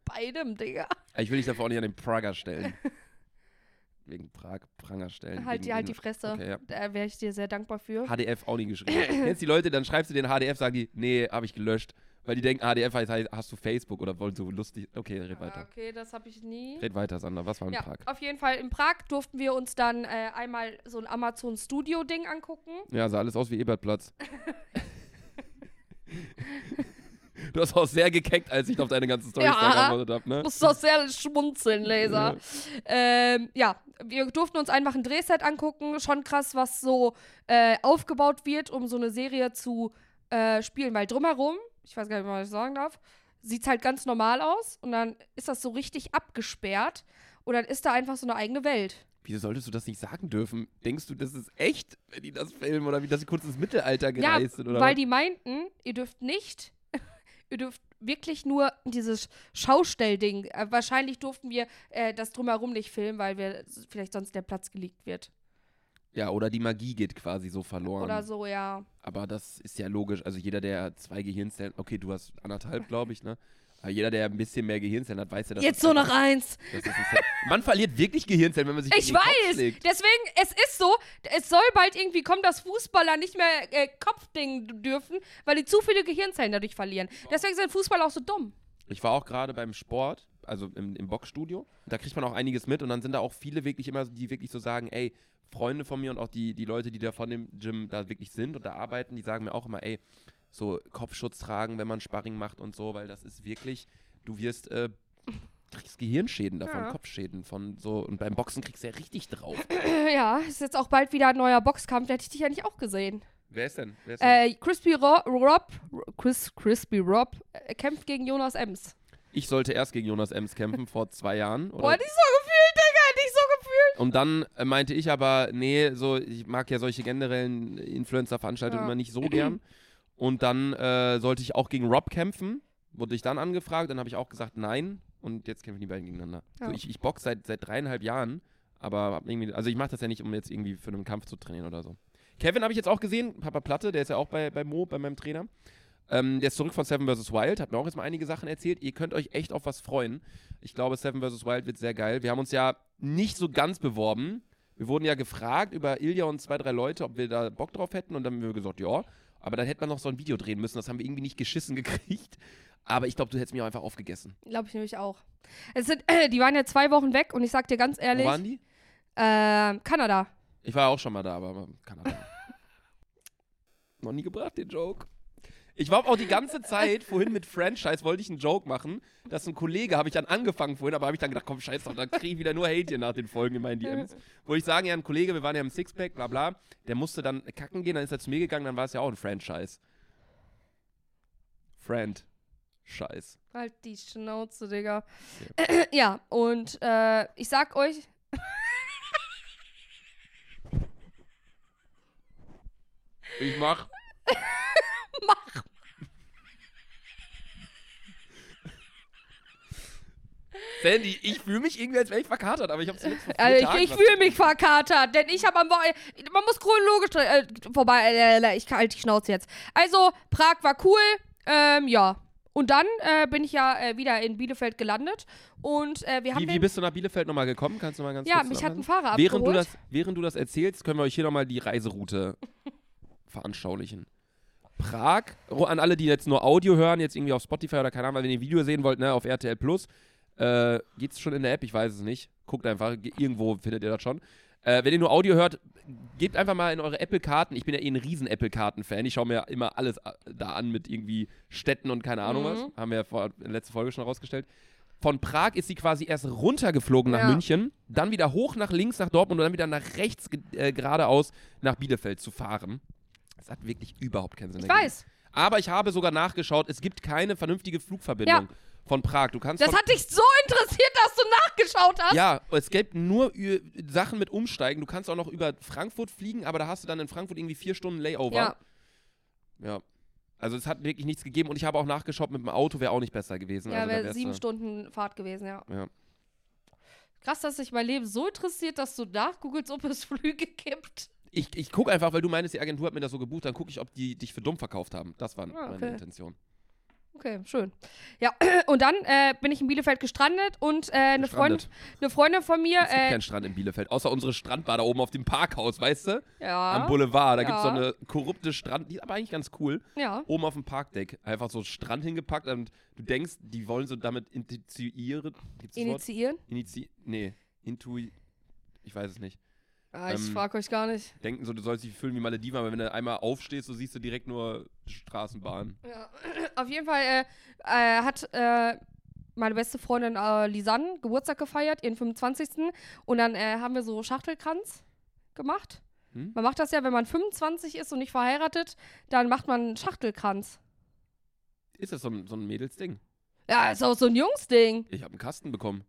Speaker 2: Beidem, Digga.
Speaker 1: Ich will dich dafür auch nicht an den Prager stellen. Wegen Prag, Pranger stellen.
Speaker 2: Halt, die,
Speaker 1: wegen
Speaker 2: halt die
Speaker 1: Ingwer-
Speaker 2: Fresse.
Speaker 1: Okay, ja. Halt
Speaker 2: Da wäre ich dir sehr dankbar für.
Speaker 1: HDF auch nie geschrieben. Kennst die Leute, dann schreibst du den HDF, sagen die, nee, habe ich gelöscht. Weil die denken, HDF heißt, heißt, hast du Facebook oder wollen so lustig. Okay, red
Speaker 2: Ah,
Speaker 1: weiter.
Speaker 2: Okay, das habe ich nie.
Speaker 1: Red weiter, Sander. Was war in
Speaker 2: Ja,
Speaker 1: Prag?
Speaker 2: auf jeden Fall in Prag durften wir uns dann äh, einmal so ein Amazon Studio Ding angucken.
Speaker 1: Ja, sah alles aus wie Ebertplatz. du hast auch sehr gekeckt, als ich noch deine ganzen Storys
Speaker 2: Ja.
Speaker 1: da geantwortet habe, ne?
Speaker 2: Muss doch sehr schmunzeln, Laser. ähm, ja, wir durften uns einfach ein Drehset angucken. Schon krass, was so äh, aufgebaut wird, um so eine Serie zu äh, spielen. Weil drumherum, ich weiß gar nicht, was ich sagen darf, sieht es halt ganz normal aus. Und dann ist das so richtig abgesperrt. Und dann ist da einfach so eine eigene Welt.
Speaker 1: Wieso solltest du das nicht sagen dürfen? Denkst du, das ist echt, wenn die das filmen oder wie das sie kurz ins Mittelalter gereist sind? Oder
Speaker 2: weil
Speaker 1: was?
Speaker 2: die meinten, ihr dürft nicht, ihr dürft wirklich nur dieses Schaustellding. Äh, wahrscheinlich durften wir äh, das drumherum nicht filmen, weil wir s- vielleicht sonst der Platz geleakt wird.
Speaker 1: ja, oder die Magie geht quasi so verloren.
Speaker 2: Oder so, ja.
Speaker 1: Aber das ist ja logisch. Also jeder, der zwei Gehirnzellen, okay, du hast anderthalb, glaube ich, ne? Aber jeder, der ein bisschen mehr Gehirnzellen hat, weiß ja, dass
Speaker 2: Jetzt
Speaker 1: das
Speaker 2: so
Speaker 1: einfach-
Speaker 2: nach eins.
Speaker 1: dass das ein Zen- Man verliert wirklich Gehirnzellen, wenn man sich
Speaker 2: Ich
Speaker 1: in den Kopf
Speaker 2: weiß.
Speaker 1: schlägt.
Speaker 2: Deswegen, es ist so, es soll bald irgendwie kommen, dass Fußballer nicht mehr äh, Kopfdingen d- dürfen, weil die zu viele Gehirnzellen dadurch verlieren. Deswegen sind Fußballer auch so dumm.
Speaker 1: Ich war auch gerade beim Sport, also im, im Boxstudio. Da kriegt man auch einiges mit und dann sind da auch viele wirklich immer, so, die wirklich so sagen, ey, Freunde von mir und auch die, die Leute, die da von dem Gym da wirklich sind und da arbeiten, die sagen mir auch immer, ey, so Kopfschutz tragen, wenn man Sparring macht und so, weil das ist wirklich, du wirst, äh, kriegst Gehirnschäden davon,
Speaker 2: Ja.
Speaker 1: Kopfschäden von so und beim Boxen kriegst du ja richtig drauf.
Speaker 2: Äh, Ja, ist jetzt auch bald wieder ein neuer Boxkampf, da hätte ich dich ja nicht auch gesehen.
Speaker 1: Wer ist denn? Wer ist denn?
Speaker 2: Äh, Crispy Ro Rob, Chris, Crispy Rob äh, kämpft gegen Jonas Ems.
Speaker 1: Ich sollte erst gegen Jonas Ems kämpfen vor zwei Jahren. Oder
Speaker 2: Boah, hat ich so gefühlt, Digga, hat ich so gefühlt.
Speaker 1: Und dann äh, meinte ich aber, nee, so, ich mag ja solche generellen Influencer-Veranstaltungen
Speaker 2: Ja.
Speaker 1: immer nicht so gern. Und dann äh, sollte ich auch gegen Rob kämpfen. Wurde ich dann angefragt, dann habe ich auch gesagt, nein. Und jetzt kämpfen die beiden gegeneinander.
Speaker 2: Ja.
Speaker 1: So, ich ich boxe seit, seit dreieinhalb Jahren, aber hab irgendwie, also ich mache das ja nicht, um jetzt irgendwie für einen Kampf zu trainieren oder so. Kevin habe ich jetzt auch gesehen, Papa Platte, der ist ja auch bei, bei Mo, bei meinem Trainer. Ähm, der ist zurück von Seven vs. Wild, hat mir auch jetzt mal einige Sachen erzählt. Ihr könnt euch echt auf was freuen. Ich glaube, Seven vs. Wild wird sehr geil. Wir haben uns ja nicht so ganz beworben. Wir wurden ja gefragt über Ilja und zwei, drei Leute, ob wir da Bock drauf hätten. Und dann haben wir gesagt, ja. Aber dann hätte man noch so ein Video drehen müssen. Das haben wir irgendwie nicht geschissen gekriegt. Aber ich glaube, du hättest mich auch einfach aufgegessen.
Speaker 2: Glaube ich nämlich auch. Es sind, äh, die waren ja zwei Wochen weg und ich sag dir ganz ehrlich,
Speaker 1: Wo waren die?
Speaker 2: ähm, Kanada.
Speaker 1: Ich war ja auch schon mal da, aber Kanada. Noch nie gebracht, den Joke. Ich war auch die ganze Zeit, vorhin mit Franchise wollte ich einen Joke machen. Das ist ein Kollege, habe ich dann angefangen vorhin, aber habe ich dann gedacht, komm, scheiß drauf, dann kriege ich wieder nur Hate hier nach den Folgen in meinen DMs. Wollte ich sagen, ja, ein Kollege, wir waren ja im Sixpack, bla bla, der musste dann kacken gehen, dann ist er zu mir gegangen, dann war es ja auch ein Franchise. Friend. Scheiß.
Speaker 2: Halt die Schnauze, Digga. ja, und äh, ich sag euch.
Speaker 1: Ich mach.
Speaker 2: Mach.
Speaker 1: Sandy, ich fühle mich irgendwie, als wäre ich verkatert, aber ich habe es nicht
Speaker 2: Also ich, ich fühle mich verkatert, denn ich habe am Wochenende. Man muss chronologisch äh, vorbei. Äh, ich halte die Schnauze jetzt. Also, Prag war cool. Ähm, ja. Und dann äh, bin ich ja äh, wieder in Bielefeld gelandet. Und äh, wir haben.
Speaker 1: Wie, wie
Speaker 2: den-
Speaker 1: bist du nach Bielefeld nochmal gekommen? Kannst du mal ganz
Speaker 2: ja,
Speaker 1: kurz
Speaker 2: mich hat ein
Speaker 1: zusammenfassen?
Speaker 2: Fahrer
Speaker 1: während du,
Speaker 2: abgeholt.
Speaker 1: das, während du das erzählst, können wir euch hier nochmal die Reiseroute veranschaulichen. Prag. Ro- An alle, die jetzt nur Audio hören, jetzt irgendwie auf Spotify oder keine Ahnung, weil wenn ihr Video sehen wollt, ne, auf RTL Plus, äh, geht's schon in der App, ich weiß es nicht. Guckt einfach, ge- irgendwo findet ihr das schon. Äh, wenn ihr nur Audio hört, gebt einfach mal in eure Apple-Karten. Ich bin ja eh ein riesen Apple-Karten-Fan. Ich schaue mir ja immer alles a- da an mit irgendwie Städten und keine Ahnung
Speaker 2: Mhm.
Speaker 1: was. Haben wir ja vor, in der letzten Folge schon rausgestellt. Von Prag ist sie quasi erst runtergeflogen nach
Speaker 2: Ja.
Speaker 1: München, dann wieder hoch nach links nach Dortmund und dann wieder nach rechts ge- äh, geradeaus nach Bielefeld zu fahren. Das hat wirklich überhaupt keinen Sinn.
Speaker 2: Ich
Speaker 1: ergeben.
Speaker 2: weiß.
Speaker 1: Aber ich habe sogar nachgeschaut, es gibt keine vernünftige Flugverbindung von Prag. Du kannst
Speaker 2: Das
Speaker 1: von,
Speaker 2: hat dich so interessiert, dass du nachgeschaut hast.
Speaker 1: ja, es gibt nur Ü- Sachen mit Umsteigen. Du kannst auch noch über Frankfurt fliegen, aber da hast du dann in Frankfurt irgendwie vier Stunden Layover.
Speaker 2: Ja.
Speaker 1: Ja. Also es hat wirklich nichts gegeben und ich habe auch nachgeschaut, mit dem Auto wäre auch nicht besser gewesen.
Speaker 2: Ja,
Speaker 1: also da
Speaker 2: wäre
Speaker 1: wärst
Speaker 2: sieben
Speaker 1: du-
Speaker 2: Stunden Fahrt gewesen, ja.
Speaker 1: Ja.
Speaker 2: Krass, dass sich mein Leben so interessiert, dass du nachgoogelst, ob es Flüge gibt.
Speaker 1: Ich, ich gucke einfach, weil du meinst, die Agentur hat mir das so gebucht, dann gucke ich, ob die dich für dumm verkauft haben. Das war
Speaker 2: Ah,
Speaker 1: meine
Speaker 2: okay.
Speaker 1: Intention.
Speaker 2: Okay, schön. Ja, und dann äh, bin ich in Bielefeld gestrandet und äh, eine,
Speaker 1: Gestrandet.
Speaker 2: Freund, eine Freundin von mir,
Speaker 1: Es gibt
Speaker 2: äh,
Speaker 1: keinen Strand in Bielefeld, außer unsere Strandbar da oben auf dem Parkhaus, weißt du? Am
Speaker 2: ja,
Speaker 1: Boulevard. Da gibt es so
Speaker 2: Ja.
Speaker 1: eine korrupte Strand, die ist aber eigentlich ganz cool.
Speaker 2: ja,
Speaker 1: Oben auf dem Parkdeck. Einfach so Strand hingepackt und du denkst, die wollen so damit initiieren. Gibt's das Wort?
Speaker 2: initiieren.
Speaker 1: Initi nee, Intui. Ich weiß es nicht.
Speaker 2: Ah, ich
Speaker 1: Ähm,
Speaker 2: frag euch gar nicht.
Speaker 1: Denken so, du sollst dich fühlen wie Malediven, aber wenn du einmal aufstehst, so siehst du direkt nur Straßenbahn.
Speaker 2: Ja. Auf jeden Fall äh, äh, hat äh, meine beste Freundin äh, Lisanne Geburtstag gefeiert, ihren 25. Und dann äh, haben wir so Schachtelkranz gemacht.
Speaker 1: Hm?
Speaker 2: Man macht das ja, wenn man 25 ist und nicht verheiratet, dann macht man einen Schachtelkranz.
Speaker 1: Ist das so ein, so ein Mädelsding?
Speaker 2: Ja, ist auch so ein Jungsding.
Speaker 1: Ich habe einen Kasten bekommen.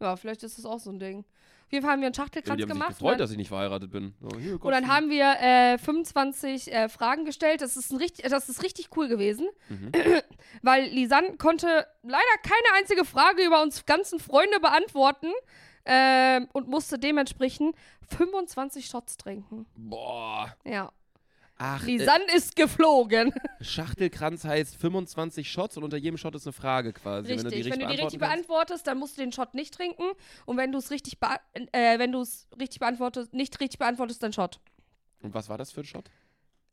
Speaker 2: Ja, vielleicht ist das auch so ein Ding. Auf jeden Fall haben wir einen
Speaker 1: Ja,
Speaker 2: Schachtelkranz
Speaker 1: die haben sich
Speaker 2: gemacht.
Speaker 1: gefreut,
Speaker 2: und dann-
Speaker 1: dass ich nicht verheiratet bin. So, hier,
Speaker 2: und dann
Speaker 1: Kasten.
Speaker 2: haben wir äh, 25 äh, Fragen gestellt. Das ist, ein richtig, das ist richtig cool gewesen.
Speaker 1: Mhm.
Speaker 2: weil Lisanne konnte leider keine einzige Frage über uns ganzen Freunde beantworten ähm, und musste dementsprechend 25 Shots trinken.
Speaker 1: Boah.
Speaker 2: Ja.
Speaker 1: Ach, äh,
Speaker 2: Lisanne ist geflogen.
Speaker 1: Schachtelkranz heißt 25 Shots und unter jedem Shot ist eine Frage quasi.
Speaker 2: richtig.
Speaker 1: Also Wenn du die richtig,
Speaker 2: richtig
Speaker 1: beantworten
Speaker 2: beantwortest, dann musst du den Shot nicht trinken. Und wenn du es richtig, bea- äh, wenn du es richtig beantwortest, nicht richtig beantwortest, dann Shot.
Speaker 1: kannst. Und was war das für ein Shot?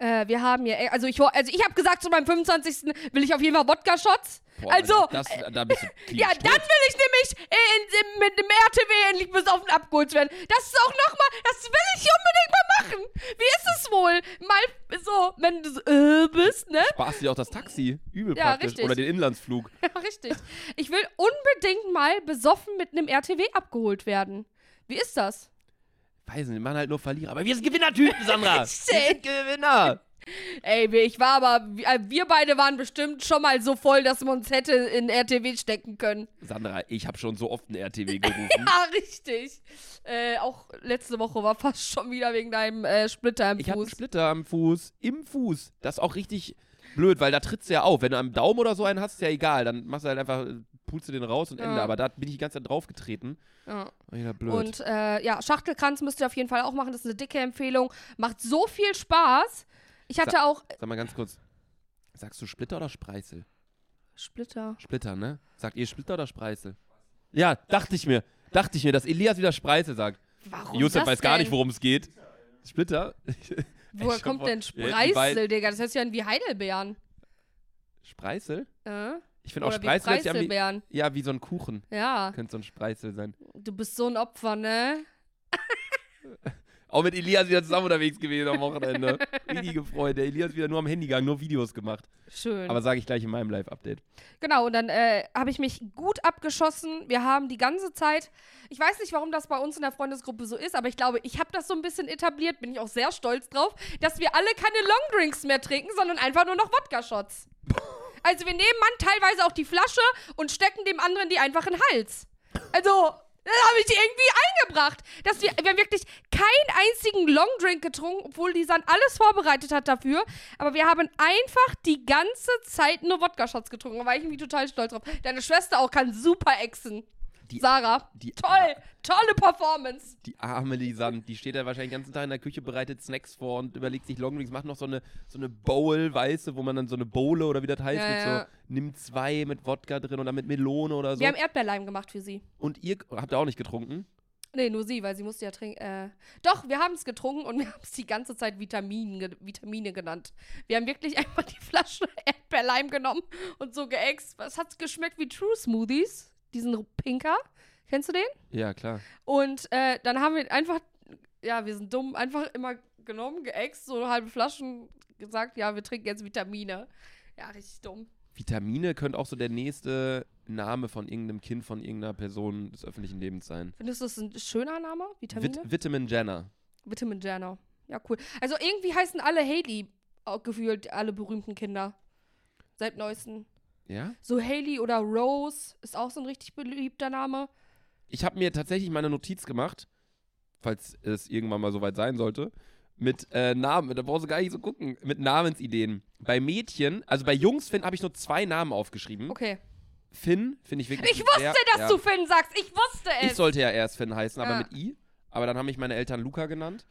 Speaker 2: Äh, wir haben ja, also ich, ho- also ich habe gesagt, zu meinem 25. will ich auf jeden Fall Wodka-Shots.
Speaker 1: Boah,
Speaker 2: Also,
Speaker 1: das, da bist du
Speaker 2: Ja,
Speaker 1: klinisch
Speaker 2: dann will ich nämlich äh, in, in, mit dem RTW endlich besoffen abgeholt werden. Das ist auch nochmal, das will ich unbedingt mal machen. Wie ist es wohl? Mal so, wenn du so, äh, bist, ne?
Speaker 1: sparst dir auch das Taxi. Übel
Speaker 2: Ja,
Speaker 1: praktisch.
Speaker 2: richtig.
Speaker 1: Oder den Inlandsflug.
Speaker 2: Ja, richtig. Ich will unbedingt mal besoffen mit einem RTW abgeholt werden. Wie ist das?
Speaker 1: Weiß nicht, die machen halt nur Verlierer. Aber wir sind Gewinnertypen, Sandra.
Speaker 2: Richtig.
Speaker 1: Wir sind Gewinner.
Speaker 2: Ey, wir- ich war aber, äh, wir beide waren bestimmt schon mal so voll, dass man uns hätte in RTW stecken können.
Speaker 1: Sandra, ich habe schon so oft einen RTW gerufen.
Speaker 2: Ja, richtig. Äh, auch letzte Woche war fast schon wieder wegen deinem äh, Splitter im
Speaker 1: Ich habe einen
Speaker 2: Fuß.
Speaker 1: Splitter am Fuß. Im Fuß. Das ist auch richtig blöd, weil da trittst du ja auf. Wenn du am Daumen oder so einen hast, ist ja egal. Dann machst du halt einfach, pulst du den raus und
Speaker 2: Ja.
Speaker 1: Ende. Aber da bin ich die ganze Zeit draufgetreten.
Speaker 2: Ja.
Speaker 1: Oh, ja, blöd.
Speaker 2: Und äh, ja, Schachtelkranz müsst ihr auf jeden Fall auch machen. Das ist eine dicke Empfehlung. Macht so viel Spaß. Ich hatte auch
Speaker 1: Sag mal ganz kurz. Sagst du Splitter oder Spreißel?
Speaker 2: Splitter.
Speaker 1: Splitter, ne? Sagt ihr Splitter oder Spreißel? Ja, dachte ich mir. Dachte ich mir, dass Elias wieder Spreißel sagt.
Speaker 2: Warum
Speaker 1: Josef
Speaker 2: das
Speaker 1: weiß gar
Speaker 2: denn?
Speaker 1: nicht, worum es geht. Splitter?
Speaker 2: Woher
Speaker 1: schon
Speaker 2: kommt
Speaker 1: vor-
Speaker 2: denn
Speaker 1: Wir hätten beid-
Speaker 2: Spreißel, Digga? Das hört sich ja an wie Heidelbeeren.
Speaker 1: Spreißel?
Speaker 2: Äh?
Speaker 1: Ich finde auch
Speaker 2: Oder wie
Speaker 1: Spreißel Genau, hört sich an wie,
Speaker 2: Preiselbeeren.
Speaker 1: Ja, wie so ein Kuchen.
Speaker 2: Ja,
Speaker 1: Könnte so ein Spreißel sein.
Speaker 2: du bist so ein Opfer, ne?
Speaker 1: Auch mit Elias wieder zusammen unterwegs gewesen am Wochenende. Richtig gefreut. Der Elias wieder nur am Handy gegangen, nur Videos gemacht.
Speaker 2: Schön.
Speaker 1: Aber sage ich gleich in meinem Live-Update.
Speaker 2: Genau, und dann äh, habe ich mich gut abgeschossen. Wir haben die ganze Zeit, ich weiß nicht, warum das bei uns in der Freundesgruppe so ist, aber ich glaube, ich habe das so ein bisschen etabliert, bin ich auch sehr stolz drauf, dass wir alle keine Longdrinks mehr trinken, sondern einfach nur noch Wodka-Shots. Also wir nehmen Mann teilweise auch die Flasche und stecken dem anderen die einfach in den Hals. Also, das habe ich irgendwie eingebracht, dass wir, wir haben wirklich keinen einzigen Longdrink getrunken, obwohl die San alles vorbereitet hat dafür. Aber wir haben einfach die ganze Zeit nur Wodka-Shots getrunken. Da war ich irgendwie total stolz drauf. Deine Schwester auch kann super exen.
Speaker 1: Die-
Speaker 2: Sarah.
Speaker 1: die-
Speaker 2: Toll, tolle Performance.
Speaker 1: Die arme Lisanne, die steht da wahrscheinlich den ganzen Tag in der Küche, bereitet Snacks vor und überlegt sich Longdrinks, macht noch so eine, so eine Bowl, weiße, wo man dann so eine Bowle oder wie das heißt,
Speaker 2: Ja,
Speaker 1: mit
Speaker 2: ja.
Speaker 1: so, nimm zwei mit Wodka drin oder mit Melone oder so.
Speaker 2: Wir haben Erdbeerleim gemacht für sie.
Speaker 1: Und ihr habt ihr auch nicht getrunken?
Speaker 2: Nee, nur sie, weil sie musste ja trinken. Äh, doch, wir haben es getrunken und wir haben es die ganze Zeit Vitaminen, ge Vitamine genannt. Wir haben wirklich einfach die Flasche Erdbeerleim genommen und so geäxt. Es hat geschmeckt wie True Smoothies, diesen Pinker. Kennst du den?
Speaker 1: Ja, klar.
Speaker 2: Und äh, dann haben wir einfach, ja, wir sind dumm, einfach immer genommen, geäxt, so halbe Flaschen, gesagt, ja, wir trinken jetzt Vitamine. Ja, richtig dumm.
Speaker 1: Vitamine könnte auch so der nächste Name von irgendeinem Kind, von irgendeiner Person des öffentlichen Lebens sein.
Speaker 2: Findest du das ein schöner Name? Vitamine?
Speaker 1: Vit Vitamin Jenner.
Speaker 2: Vitamin Jenner. Ja, cool. Also irgendwie heißen alle Haley auch gefühlt alle berühmten Kinder. Seit neuesten.
Speaker 1: Ja?
Speaker 2: So Haley oder Rose ist auch so ein richtig beliebter Name.
Speaker 1: Ich habe mir tatsächlich meine Notiz gemacht, falls es irgendwann mal soweit sein sollte, mit äh, Namen. Da brauchst du gar nicht so gucken. Mit Namensideen. Bei Mädchen, also bei Jungs, Finn, habe ich nur zwei Namen aufgeschrieben.
Speaker 2: Okay.
Speaker 1: Finn finde ich wirklich.
Speaker 2: Ich wusste,
Speaker 1: sehr,
Speaker 2: dass
Speaker 1: Hm? ja.
Speaker 2: du Finn sagst. Ich wusste es.
Speaker 1: Ich sollte ja erst Finn heißen, aber
Speaker 2: Ja.
Speaker 1: mit I. Aber dann haben mich meine Eltern Luca genannt.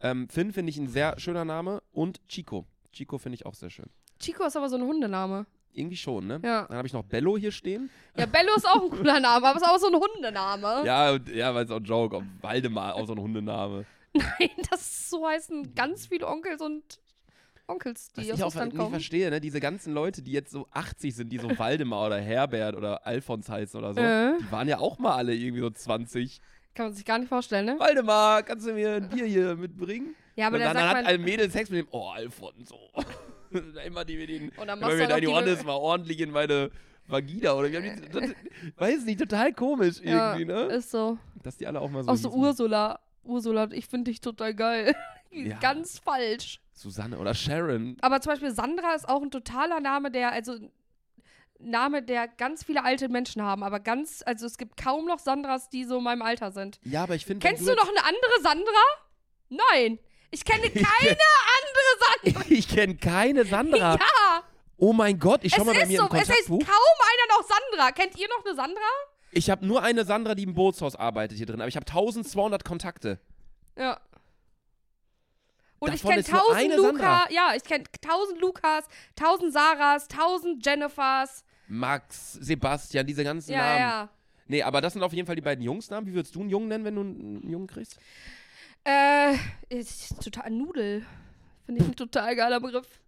Speaker 1: Ähm, Finn finde ich ein sehr schöner Name und Chico. Chico finde ich auch sehr schön.
Speaker 2: Chico ist aber so ein Hundename.
Speaker 1: Irgendwie schon, ne?
Speaker 2: Ja.
Speaker 1: Dann habe ich noch Bello hier stehen.
Speaker 2: Ja, Bello ist auch ein cooler Name, aber ist auch so ein Hundename.
Speaker 1: Ja, und- ja, weil es auch ein Joke. ob Waldemar, auch so ein Hundename.
Speaker 2: Nein, das so heißen ganz viele Onkels und Onkels,
Speaker 1: Was
Speaker 2: die aus
Speaker 1: ich auch
Speaker 2: Russland
Speaker 1: nicht
Speaker 2: kommen.
Speaker 1: verstehe, ne? Diese ganzen Leute, die jetzt so 80 sind, die so Waldemar oder Herbert oder Alfons heißen oder so,
Speaker 2: Äh.
Speaker 1: die waren ja auch mal alle irgendwie so 20.
Speaker 2: Kann man sich gar nicht vorstellen, ne?
Speaker 1: Waldemar, kannst du mir ein Bier hier mitbringen?
Speaker 2: Ja, aber
Speaker 1: und
Speaker 2: dann
Speaker 1: dann,
Speaker 2: sagt
Speaker 1: hat halt
Speaker 2: man,
Speaker 1: ein Mädel Sex mit dem, oh, Alfonso. immer die mit den,
Speaker 2: Und dann
Speaker 1: immer
Speaker 2: machst du
Speaker 1: mir
Speaker 2: halt
Speaker 1: deine
Speaker 2: auch die- Äh.
Speaker 1: Johannes mal ordentlich in meine Vagina oder wie haben die, das, weiß nicht, total komisch
Speaker 2: ja,
Speaker 1: irgendwie, ne?
Speaker 2: ist so.
Speaker 1: Dass die alle auch mal so
Speaker 2: Auch so
Speaker 1: hießen.
Speaker 2: Ursula. Ursula, ich finde dich total geil.
Speaker 1: Ja.
Speaker 2: Ganz falsch.
Speaker 1: Susanne oder Sharon.
Speaker 2: Aber zum Beispiel Sandra ist auch ein totaler Name, der, also ein Name, der ganz viele alte Menschen haben, aber ganz, also es gibt kaum noch Sandras, die so in meinem Alter sind.
Speaker 1: Ja, aber ich finde, wenn
Speaker 2: Kennst du
Speaker 1: jetzt-
Speaker 2: noch eine andere Sandra? Nein. Ich kenne keine andere
Speaker 1: Ich kenne keine Sandra.
Speaker 2: Sandra. Ja,
Speaker 1: Oh mein Gott, ich schau
Speaker 2: es
Speaker 1: mal bei
Speaker 2: ist
Speaker 1: mir
Speaker 2: so.
Speaker 1: im
Speaker 2: Es heißt kaum
Speaker 1: Kontaktbuch.
Speaker 2: einer noch Sandra. Kennt ihr noch eine Sandra?
Speaker 1: Ich habe nur eine Sandra, die im Bootshaus arbeitet hier drin, aber ich habe 1200 Kontakte.
Speaker 2: Ja. Und ich
Speaker 1: Davon
Speaker 2: kenne
Speaker 1: ist nur
Speaker 2: tausend
Speaker 1: eine
Speaker 2: Luca,
Speaker 1: Sandra.
Speaker 2: ja, ich kenne tausend Lukas, tausend Sarahs, tausend Jennifers.
Speaker 1: Max, Sebastian, diese ganzen
Speaker 2: Ja,
Speaker 1: Namen.
Speaker 2: ja.
Speaker 1: Nee, aber das sind auf jeden Fall die beiden Jungsnamen. Wie würdest du einen Jungen nennen, wenn du einen Jungen kriegst?
Speaker 2: Äh, ist total Nudel. Finde ich ein total geiler Begriff.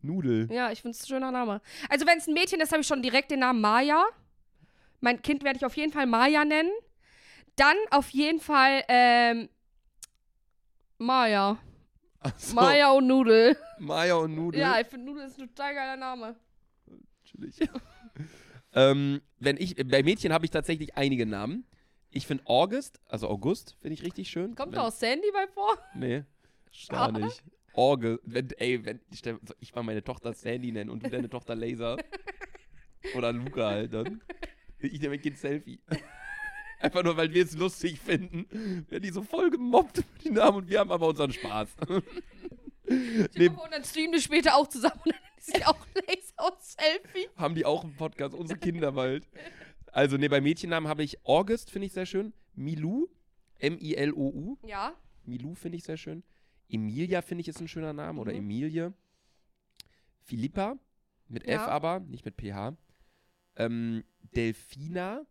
Speaker 1: Nudel.
Speaker 2: Ja, ich finde es ein schöner Name. Also, wenn es ein Mädchen ist, habe ich schon direkt den Namen Maya. Mein Kind werde ich auf jeden Fall Maya nennen. Dann auf jeden Fall, ähm, Maya.
Speaker 1: Ach so,
Speaker 2: Maya und Nudel.
Speaker 1: Maya und Nudel.
Speaker 2: Ja, ich finde Nudel ist ein total geiler Name.
Speaker 1: Natürlich. ähm, wenn ich, bei Mädchen habe ich tatsächlich einige Namen. Ich finde August, also August, finde ich richtig schön.
Speaker 2: Kommt
Speaker 1: wenn,
Speaker 2: da auch Sandy bei vor?
Speaker 1: Nee, gar
Speaker 2: Schade.
Speaker 1: nicht. August, wenn, ey, wenn, stell- soll ich mal meine Tochter Sandy nennen und du deine Tochter Laser. Oder Luca halt dann. Ich nehme ein Kind Selfie. Einfach nur, weil wir es lustig finden. Werden die so voll gemobbt mit den Namen und wir haben aber unseren Spaß. nee,
Speaker 2: Stell dir vor, Und dann streamen wir später auch zusammen und dann ist sie auch Laser und Selfie.
Speaker 1: haben die auch einen Podcast, unsere Kinder bald. Also, nee, bei Mädchennamen habe ich August, finde ich sehr schön. Milou, M-I-L-O-U.
Speaker 2: Ja.
Speaker 1: Milou finde ich sehr schön. Emilia finde ich ist ein schöner Name oder
Speaker 2: Mhm.
Speaker 1: Emilie. Philippa, mit
Speaker 2: Ja.
Speaker 1: F aber, nicht mit PH. Ähm, Delfina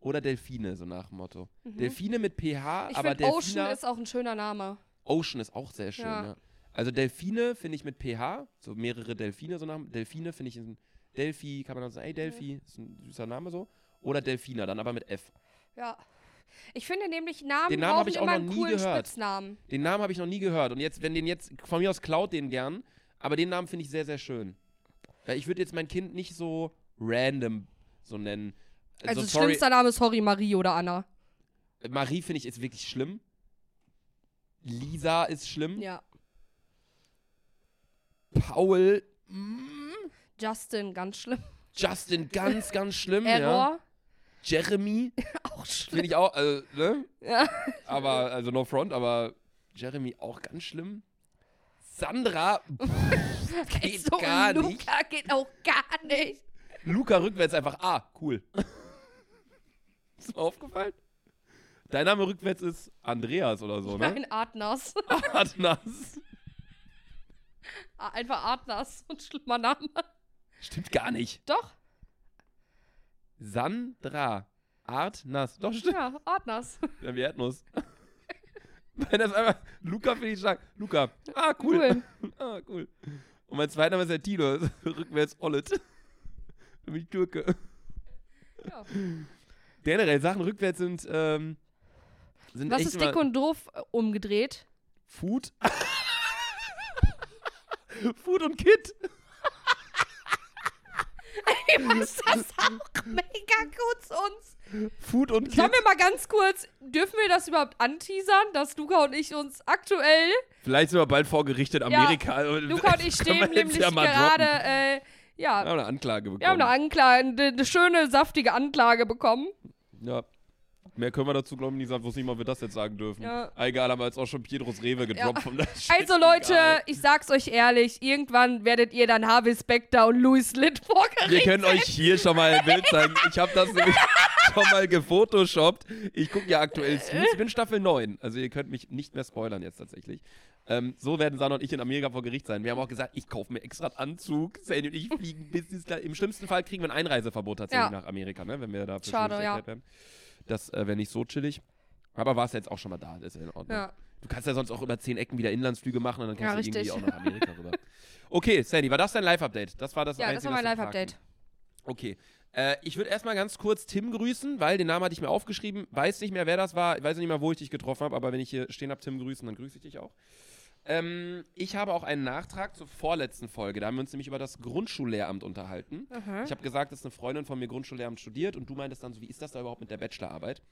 Speaker 1: oder Delfine, so nach dem Motto. Delfine mit PH,
Speaker 2: Mhm. Ich
Speaker 1: aber
Speaker 2: finde Ocean
Speaker 1: Delfina.
Speaker 2: ist auch ein schöner Name.
Speaker 1: Ocean ist auch sehr schön,
Speaker 2: Ja.
Speaker 1: ja. Also Delfine finde ich mit PH, so mehrere Delfine, so Namen. Delfine finde ich ein Delphi, kann man auch sagen,
Speaker 2: Mhm.
Speaker 1: ey Delphi, ist ein süßer Name so. Oder Delfina, dann aber mit F.
Speaker 2: Ja. Ich finde nämlich Namen
Speaker 1: Den Namen habe
Speaker 2: brauchen
Speaker 1: ich auch
Speaker 2: immer
Speaker 1: noch
Speaker 2: einen
Speaker 1: nie
Speaker 2: coolen
Speaker 1: gehört.
Speaker 2: Spitznamen.
Speaker 1: Den Namen habe ich noch nie gehört. Und jetzt, wenn den jetzt, von mir aus klaut den gern, aber den Namen finde ich sehr, sehr schön. Weil ich würde jetzt mein Kind nicht so random so nennen.
Speaker 2: Also,
Speaker 1: so, sorry,
Speaker 2: schlimmster Name ist Sorry Marie oder Anna.
Speaker 1: Marie finde ich ist wirklich schlimm. Lisa ist schlimm.
Speaker 2: Ja.
Speaker 1: Paul,
Speaker 2: Justin, ganz schlimm.
Speaker 1: Justin, ganz, ganz schlimm. Hm, Ja.
Speaker 2: Error,
Speaker 1: Jeremy.
Speaker 2: auch schlimm.
Speaker 1: Finde ich auch, also, ne?
Speaker 2: Ja.
Speaker 1: Aber, also no front, aber Jeremy auch ganz schlimm. Sandra, geht
Speaker 2: so,
Speaker 1: gar
Speaker 2: Luca
Speaker 1: nicht.
Speaker 2: geht auch gar nicht.
Speaker 1: Luca rückwärts einfach, ah, cool. ist mir aufgefallen? Dein Name rückwärts ist Andreas oder so, ne?
Speaker 2: Nein, Adnas.
Speaker 1: Adnas.
Speaker 2: Ah, Einfach Adnas. Ein schlimmer Name.
Speaker 1: Stimmt gar nicht.
Speaker 2: Doch.
Speaker 1: Sandra. Art nass. Doch, stimmt.
Speaker 2: Ja, Ordners.
Speaker 1: Ja, wie Erdnuss. Wenn das einfach. Luca finde ich stark. Luca. Ah, cool. Ah, cool. Und mein zweiter Name ist der Tilo. Rückwärts Ollet. Nämlich Türke.
Speaker 2: Ja.
Speaker 1: Generell, Sachen rückwärts sind. Ähm, sind
Speaker 2: Was
Speaker 1: echt
Speaker 2: ist
Speaker 1: immer-
Speaker 2: dick und doof äh, umgedreht?
Speaker 1: Food. Food und Kit.
Speaker 2: Passt das auch mega gut zu uns?
Speaker 1: Food und Kit.
Speaker 2: Sollen wir mal ganz kurz, dürfen wir das überhaupt anteasern, dass Luca und ich uns aktuell,
Speaker 1: Vielleicht sind wir bald vor Gericht in Amerika.
Speaker 2: Luca und ich
Speaker 1: Können wir
Speaker 2: stehen
Speaker 1: jetzt
Speaker 2: nämlich
Speaker 1: ja mal
Speaker 2: gerade,
Speaker 1: droppen.
Speaker 2: äh,
Speaker 1: Wir
Speaker 2: ja,
Speaker 1: haben eine Anklage bekommen.
Speaker 2: wir haben eine Anklage, eine, eine schöne, saftige Anklage bekommen.
Speaker 1: Ja. Mehr können wir dazu, glauben, nicht sagen. Ich wusste nicht mal, ob wir das jetzt sagen dürfen.
Speaker 2: Ja.
Speaker 1: Egal, haben wir jetzt auch schon Pietros Rewe gedroppt.
Speaker 2: Ja.
Speaker 1: Von der Shit.
Speaker 2: Also Leute,
Speaker 1: Egal.
Speaker 2: ich sag's euch ehrlich, irgendwann werdet ihr dann Harvey Specter und Louis Litt vor
Speaker 1: Wir
Speaker 2: Gericht.
Speaker 1: können euch hier schon mal ein Bild zeigen. Ich habe das nämlich schon mal gefotoshoppt. Ich gucke ja aktuell Suits. Ich bin Staffel 9. Also ihr könnt mich nicht mehr spoilern jetzt tatsächlich. Ähm, so werden Sana und ich in Amerika vor Gericht sein. Wir haben auch gesagt, ich kaufe mir extra einen Anzug. Sandy und ich fliegen bis ins Kle- Im schlimmsten Fall kriegen wir ein Einreiseverbot
Speaker 2: Ja.
Speaker 1: tatsächlich nach Amerika, ne? wenn wir da
Speaker 2: Schade, ja.
Speaker 1: werden. Das äh, wäre nicht so chillig. Aber war es jetzt auch schon mal da, das ist ja in Ordnung.
Speaker 2: Ja.
Speaker 1: Du kannst ja sonst auch über zehn Ecken wieder Inlandsflüge machen und dann
Speaker 2: Ja,
Speaker 1: kannst du irgendwie
Speaker 2: richtig.
Speaker 1: auch nach Amerika rüber. Okay, Sandy, war das dein Live-Update? Das war das
Speaker 2: Ja, das
Speaker 1: Einzige,
Speaker 2: war mein
Speaker 1: was wir
Speaker 2: Live-Update.
Speaker 1: Okay. Äh, ich würde erstmal ganz kurz Tim grüßen, weil den Namen hatte ich mir aufgeschrieben. Weiß nicht mehr, wer das war. Ich weiß nicht mehr, wo ich dich getroffen habe, aber wenn ich hier stehen habe, Tim grüßen, dann grüße ich dich auch. Ähm, ich habe auch einen Nachtrag zur vorletzten Folge. Da haben wir uns nämlich über das Grundschullehramt unterhalten.
Speaker 2: Aha.
Speaker 1: Ich habe gesagt, dass eine Freundin von mir Grundschullehramt studiert und du meintest dann so, wie ist das da überhaupt mit der Bachelorarbeit?